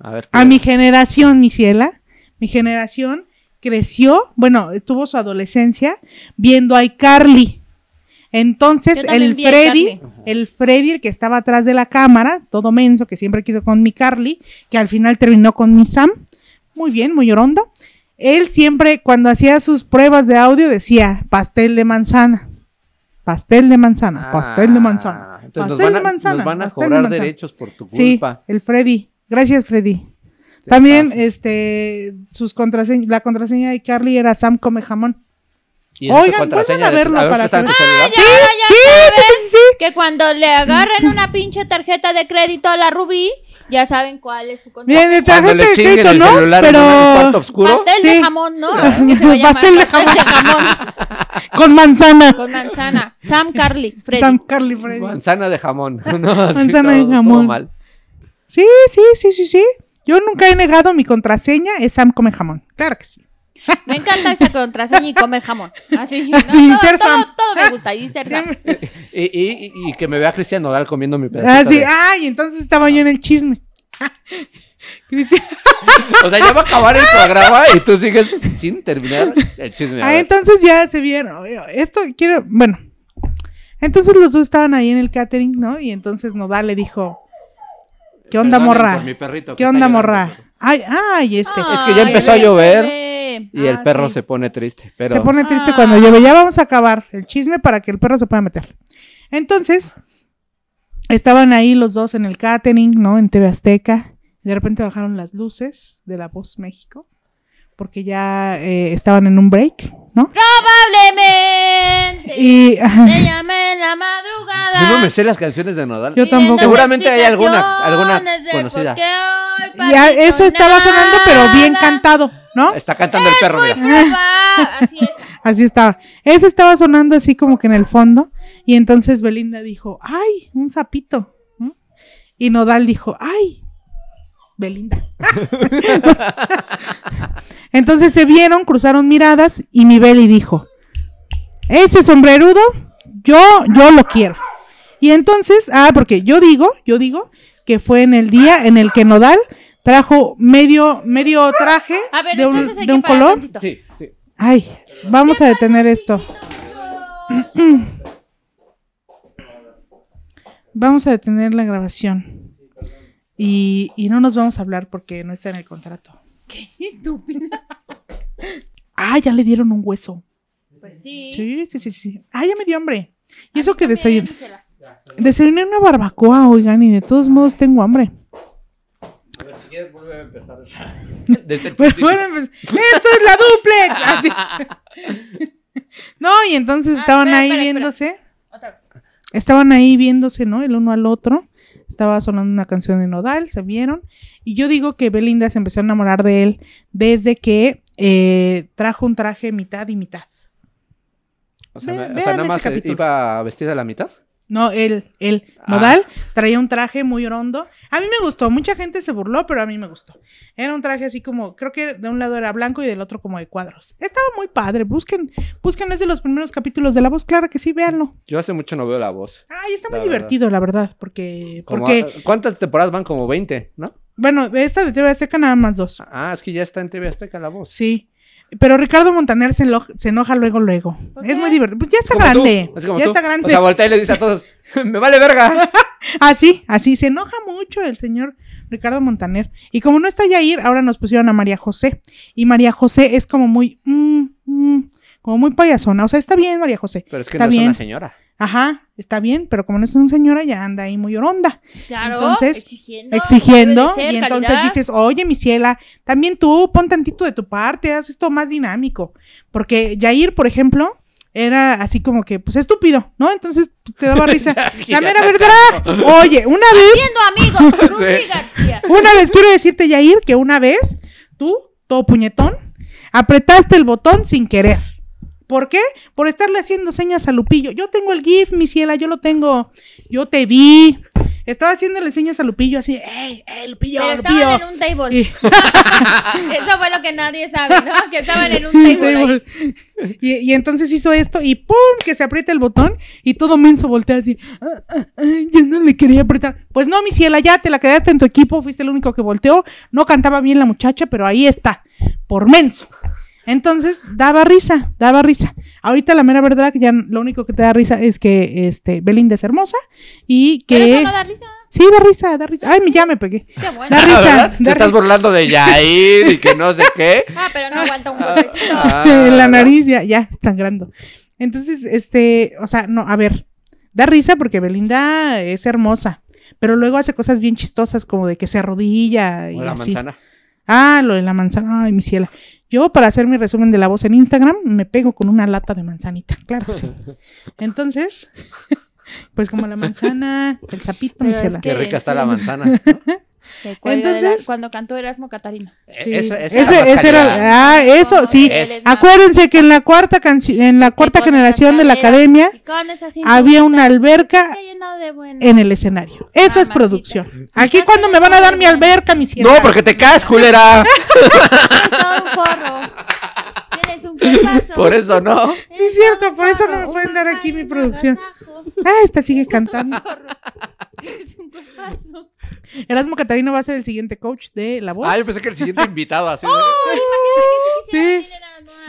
S2: A ver.
S1: A mi generación, mi ciela, mi generación creció, bueno, tuvo su adolescencia viendo a iCarly. Entonces,
S3: Yo también
S1: el
S3: vi a
S1: Freddy,
S3: Carly.
S1: el Freddy, el que estaba atrás de la cámara, todo menso, que siempre quiso con mi Carly, que al final terminó con mi Sam, muy bien, muy orondo. Él siempre, cuando hacía sus pruebas de audio, decía pastel de manzana, pastel de manzana, pastel de manzana.
S2: Ah, Entonces nos
S1: pastel
S2: van,
S1: de
S2: a,
S1: manzana,
S2: nos van a
S1: pastel de
S2: cobrar
S1: manzana.
S2: derechos por tu
S1: Sí,
S2: culpa.
S1: el Freddy. Gracias, Freddy.
S2: Te
S1: También,
S2: pasas.
S1: este, sus contraseñas, la contraseña de Carly era Sam come jamón.
S2: Y esa es tu
S1: Oigan,
S2: contraseña
S1: vuelvan a
S2: de tu-
S1: verlo
S2: ver,
S1: para
S2: está en
S1: que-
S2: tu celular.
S3: Ya, ahora ya
S1: sí,
S3: saben
S1: sí, sí, sí.
S3: que cuando le agarren una pinche tarjeta de crédito a la Rubí, ya saben cuál es su contraseña.
S1: Bien, de
S2: Cuando
S1: tarjeta
S2: le
S1: de
S2: chinguen
S1: crédito,
S2: el
S1: este ¿no?
S2: celular en un cuarto
S1: Pero
S2: oscuro.
S3: Pastel
S1: Sí.
S3: de jamón, ¿no? Que se va a llamar
S1: Pastel de
S3: jamón
S1: con manzana.
S3: con manzana. Sam Carly, Freddy.
S1: Sam Carly Freddy.
S2: Manzana de jamón. (laughs) No, así
S1: Manzana de
S2: todo- todo
S1: jamón.
S2: mal.
S1: Sí, sí, sí, sí, sí. Yo nunca he negado mi contraseña, es Sam come jamón. Claro que sí.
S3: Me encanta esa contraseña y comer jamón.
S1: (laughs)
S3: Así. ¿no?
S1: Así,
S3: todo,
S1: ser
S3: todo-
S1: Sam.
S3: todo me gusta. Y ser Sam.
S2: Y, y- y- y que me vea Cristian Nodal comiendo mi pedacito.
S1: Ah, sí.
S2: de-
S1: Ay, entonces estaba yo en el chisme. (laughs) Cristian-
S2: O sea, ya va a acabar el programa y tú sigues sin terminar el chisme. A
S1: Ah,
S2: ver.
S1: entonces ya se vieron. Esto quiero, bueno. Entonces los dos estaban ahí en el catering, ¿no? Y entonces Nodal le dijo, ¿qué onda
S2: Perdonen
S1: morra?
S2: por mi perrito que
S1: ¿Qué
S2: está
S1: onda
S2: llorando,
S1: morra?
S2: pero-
S1: Ay, ay, este.
S2: Es que ya
S3: Ay,
S2: empezó a
S3: bebé,
S2: llover.
S3: bebé.
S2: Y el
S1: Ah,
S2: perro
S1: sí.
S2: se pone triste, pero...
S1: Se pone triste
S3: Ah.
S1: cuando llueve. Ya vamos a acabar el chisme para que el perro se pueda meter. Entonces, estaban ahí los dos en el catering, ¿no? En TV Azteca. De repente bajaron las luces de La Voz México. Porque ya eh, estaban en un break, ¿no?
S3: Probablemente.
S1: Y (laughs)
S3: Te llamé en la madrugada.
S2: Yo no me sé las canciones de Nodal.
S1: Yo tampoco.
S2: Seguramente hay alguna- alguna conocida.
S1: ya eso estaba sonando, pero bien
S3: cantado
S1: cantado, ¿no?
S2: Está cantando el perro, mira.
S1: (laughs)
S3: Así es.
S1: Así estaba. Eso estaba sonando así como que en el fondo. Y entonces Belinda dijo, ay, un sapito. ¿no? Y Nodal dijo, ay, Belinda. (laughs) entonces se vieron, cruzaron miradas y mi Beli dijo, ese sombrerudo, yo, yo lo quiero. Y entonces, ah, porque yo digo, yo digo que fue en el día en el que Nodal trajo medio, medio traje
S3: A ver,
S1: de un,
S3: entonces hay
S1: de
S3: que
S1: un
S3: parar
S1: color.
S3: tantito.
S2: Sí, sí.
S1: Ay, vamos a detener esto. Vamos a detener la grabación. Y, y no nos vamos a hablar porque no está en el contrato.
S3: Qué estúpida.
S1: Ah, ya le dieron un hueso.
S3: Pues sí.
S1: Sí, sí, sí, sí, sí. Ah, ya me dio hambre. Y eso
S3: A mí
S1: que
S3: también,
S1: desayuné.
S3: se las-
S1: Desayuné una barbacoa, oigan, y de todos modos tengo hambre.
S2: A ver, si quieres, vuelve a empezar.
S1: (laughs)
S2: Desde el principio.
S1: Bueno, pues, ¡Esto es la duplex! Así.
S3: (laughs)
S1: (laughs) No, y entonces
S3: Ah,
S1: estaban
S3: espera,
S1: ahí
S3: espera, espera.
S1: viéndose.
S3: Otra vez.
S1: Estaban ahí viéndose, ¿no? El uno al otro. Estaba sonando una canción de Nodal, se vieron. Y yo digo que Belinda se empezó a enamorar de él desde que eh, trajo un traje mitad y mitad.
S2: O sea,
S1: Ve-
S2: me- o sea,
S1: vean
S2: nada
S1: ese
S2: más eh,
S1: capítulo.
S2: iba vestida a la mitad.
S1: No, él, él,
S2: Ah.
S1: Nodal, traía un traje muy hondo. A mí me gustó, mucha gente se burló, pero a mí me gustó. Era un traje así como, creo que de un lado era blanco y del otro como de cuadros. Estaba muy padre, busquen, busquen desde los primeros capítulos de La Voz Clara, que sí, véanlo.
S2: Yo hace mucho no veo la voz.
S1: Ay, está muy
S2: La verdad.
S1: divertido, la verdad, porque,
S2: Como- ah,
S1: porque,
S2: ¿Cuántas temporadas van? Como 20, ¿no?
S1: bueno, de esta de TV Azteca nada más dos.
S2: Ah, es que ya está en TV Azteca la voz.
S1: Sí. Pero Ricardo Montaner se, eno- se enoja luego, luego.
S3: ¿Por
S1: Es
S3: qué?
S1: muy divertido. Pues ya
S2: Es
S1: está
S2: como tú,
S1: grande.
S2: es como
S1: ya
S2: tú.
S1: está grande.
S2: O sea, voltea y le dice a todos, (laughs) me vale verga.
S1: así, así. Se enoja mucho el señor Ricardo Montaner. Y como no está Yair, ahora nos pusieron a María José. Y María José es como muy... mm, mm, como muy payasona. O sea, está bien María José.
S2: Pero es que
S1: Está
S2: no es
S1: bien.
S2: una señora.
S1: Ajá, está bien. Pero como no es una señora, ya anda ahí muy oronda.
S3: Claro.
S1: Entonces,
S3: exigiendo.
S1: exigiendo
S3: como debe de
S1: y
S3: ser,
S1: entonces
S3: calidad.
S1: dices, oye, mi ciela, también tú pon tantito de tu parte, haz esto más dinámico. Porque Jair, por ejemplo, era así como que, pues estúpido, ¿no? Entonces pues, te
S3: (laughs)
S1: daba
S2: (laughs)
S1: risa. La mera verdad, oye, una vez,
S3: Siendo
S1: (laughs)
S3: amigos, Rubí
S2: Sí.
S3: García.
S1: una vez, quiero decirte, Jair, que una vez tú, todo puñetón, apretaste el botón sin querer. ¿Por qué? Por estarle haciendo señas a Lupillo. Yo tengo el GIF, mi ciela, yo lo tengo. Yo te vi. Estaba haciéndole señas a Lupillo así, ¡ey, ey, Lupillo,
S3: Pero
S1: Lupillo!
S3: estaban en un table. Ah,
S1: Y-
S3: Eso fue lo que nadie sabe, (laughs) ¿no? Que estaban
S1: (laughs)
S3: en un table. ahí.
S1: Y, y entonces hizo esto y ¡pum! que se aprieta el botón y todo menso voltea así. "Ah, ah, ah, yo no le quería apretar. Pues no, mi ciela, ya te la quedaste en tu equipo, fuiste el único que volteó. No cantaba bien la muchacha, pero ahí está, por menso. Entonces, daba risa, daba risa. Ahorita la mera verdad que ya lo único que te da risa es que este Belinda es hermosa y
S3: Pero eso
S1: que
S3: no da risa.
S1: sí da risa, da risa. Ay, me- ya me pegué.
S3: Qué
S2: (laughs)
S3: bueno.
S1: Da risa,
S2: ¿verdad?
S1: da
S2: Te estás
S1: risa.
S2: burlando de Yair y que no sé
S1: (laughs)
S2: qué.
S3: Ah, pero no aguanta un golpecito.
S2: Ah,
S1: la nariz ya ya sangrando. Entonces, este, o sea, no, a ver, da risa porque Belinda es hermosa, pero luego hace cosas bien chistosas como de que se arrodilla y
S2: O la
S1: así.
S2: manzana.
S1: Ah, lo de la manzana. Ay, mi ciela. Yo, para hacer mi resumen de la voz en Instagram, me pego con una lata de manzanita. Claro que sí.
S2: (laughs)
S1: Entonces, (laughs) pues como la manzana, el sapito, mi
S3: Pero es
S1: ciela.
S3: que-
S2: Qué rica está la
S3: sí.
S2: manzana.
S1: (laughs)
S2: ¿no?
S3: Te cuelga de la-
S1: Entonces-
S3: cuando cantó Erasmo Catarina.
S1: Sí.
S2: E- Esa, esa
S1: Ese-
S2: era la
S1: ese
S2: calidad.
S1: era- ah, eso,
S3: No,
S1: sí.
S3: él es más-
S1: Acuérdense que en la cuarta canci- en la cuarta
S3: con
S1: generación de la
S3: esas
S1: academia
S3: Y con esa cinturita
S1: había una alberca
S3: está llena de bueno.
S1: en el escenario. Eso es
S3: Mamacita.
S1: producción. Aquí cuando me van a dar mi alberca, mi ciela.
S2: No, porque te
S1: (laughs)
S2: caes, culera.
S3: Eres todo un forro. Tienes un cuerpazo.
S2: Por eso no.
S3: Eres
S1: Sí, es cierto,
S3: todo un
S1: por eso no
S3: forro,
S1: me pueden
S3: un
S1: dar aquí
S3: agasajo,
S1: mi
S3: un
S1: producción.
S3: agasajo.
S1: Ah, esta sigue
S3: Eres todo un
S1: cantando.
S3: forro.
S1: (laughs)
S3: (laughs) Eres un cuerpazo.
S1: Erasmo Catarino va a ser el siguiente coach de la voz.
S2: Ah, yo pensé que el siguiente
S1: (laughs)
S2: invitado así. de-
S1: Sí.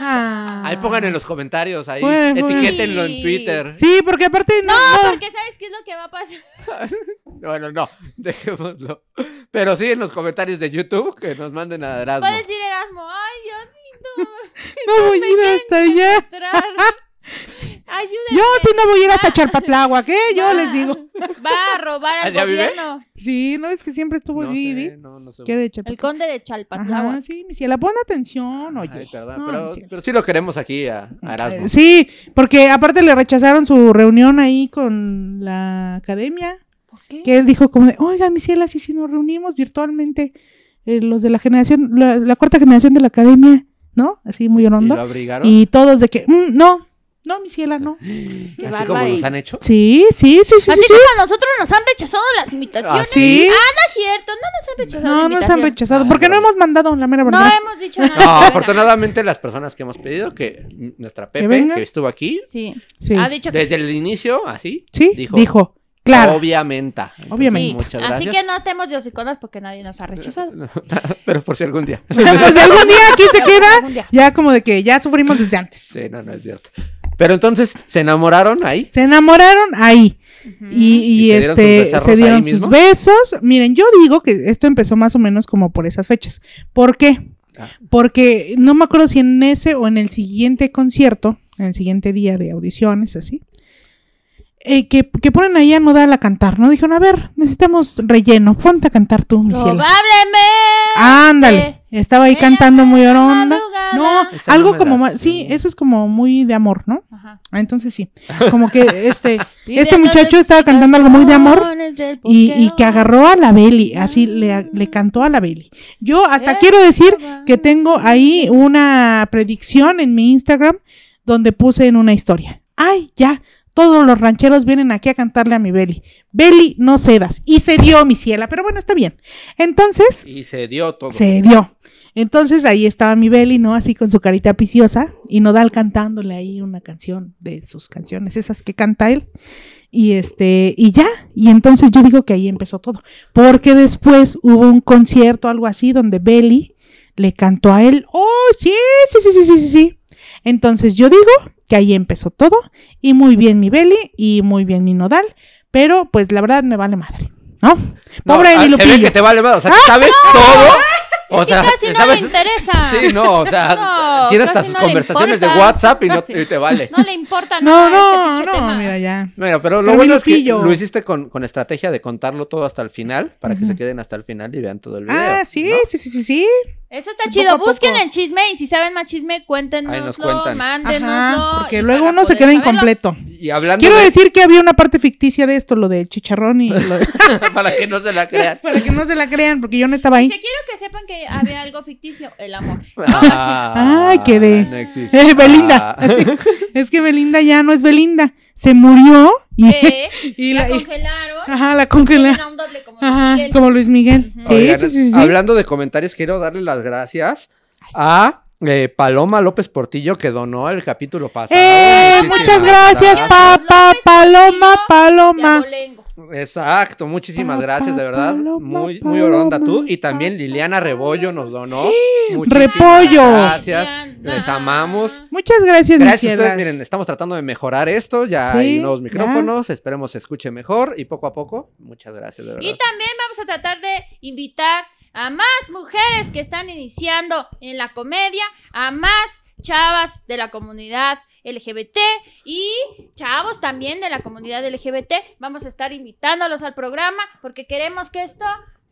S3: Ah.
S1: Ah.
S2: Ahí pongan en los comentarios, ahí.
S1: Bueno, bueno.
S2: Etiquétenlo
S3: Sí.
S2: en Twitter.
S1: Sí, porque aparte no.
S3: No,
S1: no.
S3: porque ¿sabes qué es lo que va a pasar?
S2: Bueno, no, (laughs) dejémoslo. Pero sí en los comentarios de YouTube que nos manden a Erasmo.
S3: Va a decir Erasmo, ay, Dios
S1: No voy a ir hasta allá. (laughs)
S3: Ayúdenme.
S1: Yo sí no voy a ir hasta Charpatláhuac, ¿eh? Yo les digo.
S3: Va a robar al
S2: ¿Allá vive?
S3: gobierno.
S1: Sí, no es que siempre estuvo
S2: No
S1: Didi.
S2: sé, no, no sé.
S1: Quiere
S3: El
S1: Charpatláhuac.
S3: conde de Chalpatlagua.
S1: Ajá, sí, mi ciela, pon atención, oye.
S2: Ay, perdón,
S1: No, mi
S2: pero,
S1: ciela.
S2: pero sí lo queremos aquí a, a Erasmo.
S1: Eh, Sí, porque aparte le rechazaron su reunión ahí con la academia,
S3: ¿Por qué?
S1: que él dijo como de, oiga, mi ciela, sí, sí, nos reunimos virtualmente eh, los de la generación, la, la cuarta generación de la academia, ¿no? Así muy
S2: Y lo
S1: honondo.
S2: abrigaron.
S1: Y, todos de que, "Mm, no, no, mi ciela, no.
S3: Qué
S2: Así como
S3: bárbaro.
S2: nos han hecho.
S1: Sí, sí, sí, sí,
S3: Así
S1: sí. sí. Ah,
S3: como a nosotros nos han rechazado las invitaciones.
S1: Sí.
S3: Ah, no es cierto, no nos han rechazado
S1: No,
S3: la
S1: nos han
S3: invitación.
S1: rechazado.
S2: Ah,
S1: Porque no
S2: no.
S1: hemos mandado la mera verdad.
S3: No ah, hemos dicho nada.
S1: (laughs)
S2: No,
S3: Bueno,
S2: afortunadamente las personas que hemos pedido, que nuestra Pepe,
S1: venga.
S2: que estuvo aquí,
S3: Sí.
S1: Sí,
S3: Ha dicho que
S2: desde el inicio, así,
S1: sí, dijo.
S2: dijo,
S1: Claro.
S2: obviamente. Entonces,
S1: Obviamente.
S3: sí.
S2: Muchas
S3: Así
S2: gracias.
S3: que no estemos de hociconas porque nadie nos ha rechazado.
S2: (laughs) Pero por si algún día.
S1: (laughs) Pues algún día aquí
S3: (laughs)
S1: se queda.
S3: Algún día.
S1: Ya como de que ya sufrimos desde antes.
S2: Sí, no, no es cierto. Pero entonces, ¿se enamoraron ahí?
S1: Se enamoraron ahí. Y, y
S2: ¿Y se dieron sus
S1: este,
S2: becerros
S1: se
S2: ahí
S1: dieron sus
S2: mismo?
S1: besos. Miren, yo digo que esto empezó más o menos como por esas fechas. ¿Por qué?
S2: Ah.
S1: Porque no me acuerdo si en ese o en el siguiente concierto, en el siguiente día de audiciones, así, eh, que, que ponen ahí a Nodal a cantar, ¿no? Dijeron, a ver, necesitamos relleno, ponte a cantar tú, mi cielo. Ah.
S3: Probablemente.
S1: Ándale, estaba ahí
S3: Ella
S1: cantando
S3: fue
S1: muy
S3: la
S1: oronda.
S3: madrugada.
S1: No,
S2: Esa no
S1: algo
S2: me la
S1: como más, sí,
S2: sé.
S1: eso es como muy de amor, ¿no?
S3: Ajá.
S1: Ah, Entonces sí, como que
S3: (laughs)
S1: este,
S3: Vive
S1: este
S3: a
S1: muchacho
S3: través
S1: estaba
S3: de
S1: cantando algo muy de amor
S3: canciones del
S1: y, y que
S3: porqueo.
S1: agarró a la Beli, así le, le cantó a la Beli. Yo
S3: Eh,
S1: hasta quiero decir que tengo ahí una predicción en mi Instagram donde puse en una historia. Ay, ya, todos los rancheros vienen aquí a cantarle a mi Beli. Beli, no cedas. Y se dio mi ciela, pero bueno, está bien. Entonces,
S2: Y se dio todo.
S1: se dio. Entonces ahí estaba mi Beli, ¿no? Así con su carita piciosa y Nodal cantándole ahí una canción de sus canciones, esas que canta él. Y este, y ya, y entonces yo digo que ahí empezó todo, porque después hubo un concierto, algo así, donde Beli le cantó a él, oh, sí, sí, sí, sí, sí, sí, sí. Entonces yo digo que ahí empezó todo, y muy bien mi Beli, y muy bien mi Nodal, pero pues la verdad me vale madre, ¿no?
S2: No,
S1: Pobre de
S2: ah,
S1: mi
S2: Se ve
S1: Lupillo.
S2: que te vale más. O sea, ¿tú sabes todo. O
S3: Es que
S2: sea,
S3: casi no
S2: ¿sabes?
S3: le
S2: (laughs)
S3: interesa.
S2: Sí, no, o sea,
S3: No,
S2: tiene
S3: casi
S2: hasta sus
S3: no le
S2: conversaciones de
S3: importa.
S2: WhatsApp y, no,
S3: Sí.
S2: y te vale.
S3: No le importa
S1: No,
S3: nada.
S1: no,
S3: este
S1: no,
S3: pinche tema.
S1: mira ya.
S2: Bueno, pero lo
S1: Pero mi
S2: bueno es que
S1: Lupillo.
S2: lo hiciste con, con estrategia de contarlo todo hasta el final, para que
S1: Ujú.
S2: se queden hasta el final y vean todo el video.
S1: Ah, sí,
S2: ¿no?
S1: sí, sí, sí, sí.
S3: Eso está
S1: Poco a
S3: chido.
S1: poco.
S3: Busquen el chisme y si saben más chisme, cuéntenoslo,
S2: cuentan.
S3: mándenoslo.
S1: Ajá, porque
S3: y
S1: luego
S3: para
S1: uno se
S3: poder
S1: queda
S3: saberlo.
S1: incompleto.
S2: Y hablando
S1: Quiero
S2: de-
S1: decir que había una parte ficticia de esto, lo de chicharrón y lo
S2: (laughs)
S1: de-
S2: para que no se la crean.
S1: para que no se la crean, porque yo no estaba
S3: Y
S1: ahí.
S3: se quiero que sepan que había algo ficticio,
S1: (laughs)
S3: el amor.
S1: (laughs)
S2: Ah,
S1: Ay, quedé.
S2: No existe.
S1: Eh, Belinda.
S2: Ah.
S1: Es que Belinda ya no es Belinda, se murió y,
S3: Eh,
S1: y
S3: la
S1: la, y-
S3: congelaron.
S1: (laughs) ajá, la (laughs)
S3: Tienen
S1: congela.
S3: a un doble como
S1: Ajá,
S3: Miguel.
S1: como Luis Miguel.
S3: Ujú.
S1: Sí,
S2: Oigan,
S1: sí, sí, sí.
S2: Hablando de comentarios, quiero darle las gracias a eh, Paloma López Portillo que donó el capítulo pasado.
S1: Eh,
S2: Muchísimas
S1: muchas gracias,
S3: pa-
S1: papá,
S3: López,
S1: paloma,
S3: Portillo, de
S1: paloma.
S3: abolengo.
S2: Exacto, muchísimas
S1: Pa,
S2: gracias,
S1: pa,
S2: de verdad.
S1: paloma,
S2: Muy, muy oronda tú.
S1: paloma, ¡Eh!
S2: Y también Liliana Rebollo nos donó. Muchísimas
S1: ¡Repollo!
S2: Gracias. Les amamos.
S1: Muchas gracias, mis
S2: Gracias a ustedes,
S1: siervas.
S2: miren, estamos tratando de mejorar esto, ya hay
S1: Sí,
S2: nuevos
S1: ya.
S2: micrófonos, esperemos se escuche mejor y poco a poco, muchas gracias, de verdad.
S3: Y también vamos a tratar de invitar a más mujeres que están iniciando en la comedia, a más chavas de la comunidad LGBT y chavos también de la comunidad LGBT. Vamos a estar invitándolos al programa porque queremos que esto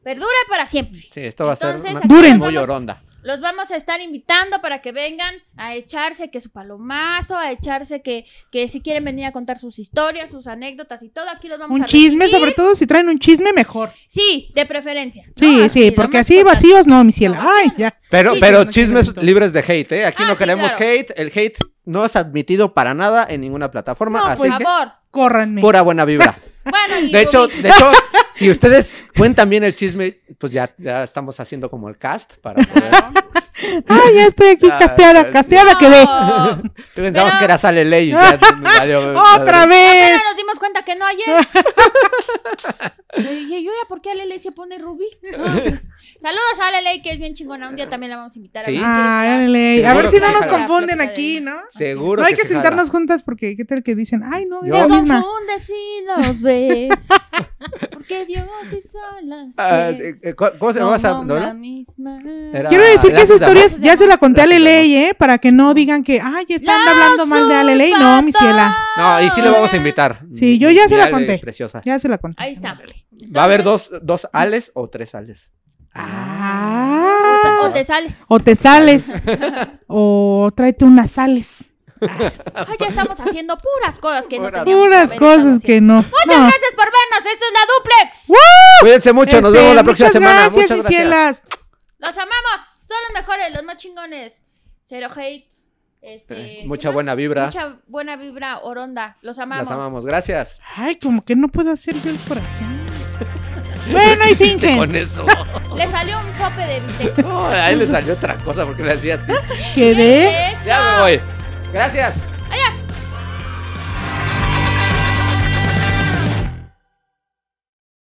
S3: perdure para siempre.
S2: Sí, esto va a ser
S3: Entonces,
S2: una
S3: aquí
S1: Duren.
S2: muy
S3: vamos-
S2: oronda.
S3: Los vamos a estar invitando para que vengan a echarse que su palomazo, a echarse que, que si quieren venir a contar sus historias, sus anécdotas y todo, aquí los vamos
S1: Un
S3: a
S1: chisme,
S3: recibir.
S1: sobre todo si traen un chisme, mejor.
S3: Sí, de preferencia. ¿no?
S1: Sí,
S3: Así,
S1: sí,
S3: lo
S1: porque
S3: más
S1: así
S3: importante.
S1: vacíos, no, mi cielo. Ay, ya.
S2: Pero,
S3: Sí,
S2: pero
S1: sí, sí,
S2: chismes
S1: sí, sí.
S2: libres de hate, ¿eh? Aquí
S3: Ah,
S2: no
S3: sí,
S2: queremos
S3: claro.
S2: hate, el hate no es admitido para nada en ninguna plataforma,
S1: No,
S2: así
S1: pues,
S2: que
S3: Por favor.
S1: Córranme. (laughs)
S2: pura buena vibra.
S3: Bueno, y
S2: De hecho,
S3: Rubí,
S2: de hecho, si ustedes cuentan bien el chisme, pues ya, ya estamos haciendo como el cast para poder...
S1: (laughs) Ah, ya estoy aquí
S2: Ah,
S1: casteada,
S2: pues,
S1: casteada
S3: no.
S1: quedé.
S2: Pensamos
S3: Pero-
S2: que era sale ley. ya
S1: (laughs)
S2: valió-
S1: ¡Otra vez!
S3: Apenas nos dimos cuenta que no ayer.
S1: (laughs)
S3: Le dije, yo era por qué a Lele se pone rubí.
S1: (laughs)
S3: No, sí. Saludos a Lele, que es bien chingona. Un día también la vamos a invitar. a
S2: Sí.
S3: ver si quiere
S1: Ah,
S3: estar.
S1: dale. A
S2: Seguro
S1: ver si
S2: que
S1: no
S2: sí,
S1: nos
S2: jala.
S1: confunden aquí, ¿no?
S2: Seguro.
S1: No hay que
S2: se jala.
S1: sentarnos juntas porque qué tal que dicen, ay, no,
S2: Yo-
S1: yo
S3: Te
S1: misma.
S3: confundes y los
S1: (laughs)
S3: ves. Porque Dios y son las
S2: Ah,
S3: tres,
S2: sí, eh, ¿cu- ¿Cómo se llama esa
S3: como una
S2: novela?
S3: misma.
S2: Era-
S1: Quiero decir que esa
S2: Lazos de
S1: historia
S3: amor.
S1: ya se la conté a
S2: Lazos de
S1: Leley, ¿eh? Para que no digan que, ay, están hablando mal de Aleley. No, mi ciela.
S2: No, y sí le vamos a invitar.
S1: Sí, yo ya se la
S2: Mira,
S1: conté.
S2: Preciosa.
S1: Ya se la conté.
S3: Ahí está.
S2: ¿Va a haber dos, dos ales o tres ales?
S3: O
S1: Ah.
S3: te- O te sales.
S1: O te
S3: (laughs)
S1: sales. o tráete unas sales.
S3: Ay, ya estamos haciendo puras cosas que no
S2: Puras-
S3: teníamos que
S1: Puras
S3: haber estado
S1: cosas que
S3: haciendo.
S1: no.
S3: Muchas
S1: No.
S3: gracias por vernos. Esto es la duplex.
S2: Cuídense mucho, nos
S1: Este,
S2: vemos la próxima
S1: muchas
S2: semana.
S1: Gracias,
S2: Muchas
S1: mis
S2: gracias.
S1: cielas.
S3: Los amamos. Son los mejores, los más chingones. Cero hates. Este,
S2: Eh,
S3: ¿qué
S2: Mucha
S3: más?
S2: buena vibra.
S3: Mucha buena vibra, Oronda. Los amamos.
S2: Las amamos. Gracias.
S1: Ay, como que no puedo hacer yo el corazón. bueno,
S2: (laughs)
S1: y fingen
S2: Este, Con eso.
S3: Le salió un sope de bistec.
S2: No, a él le salió otra cosa porque le hacía así.
S1: que de
S3: ¿Eh?
S2: Ya me voy. Gracias.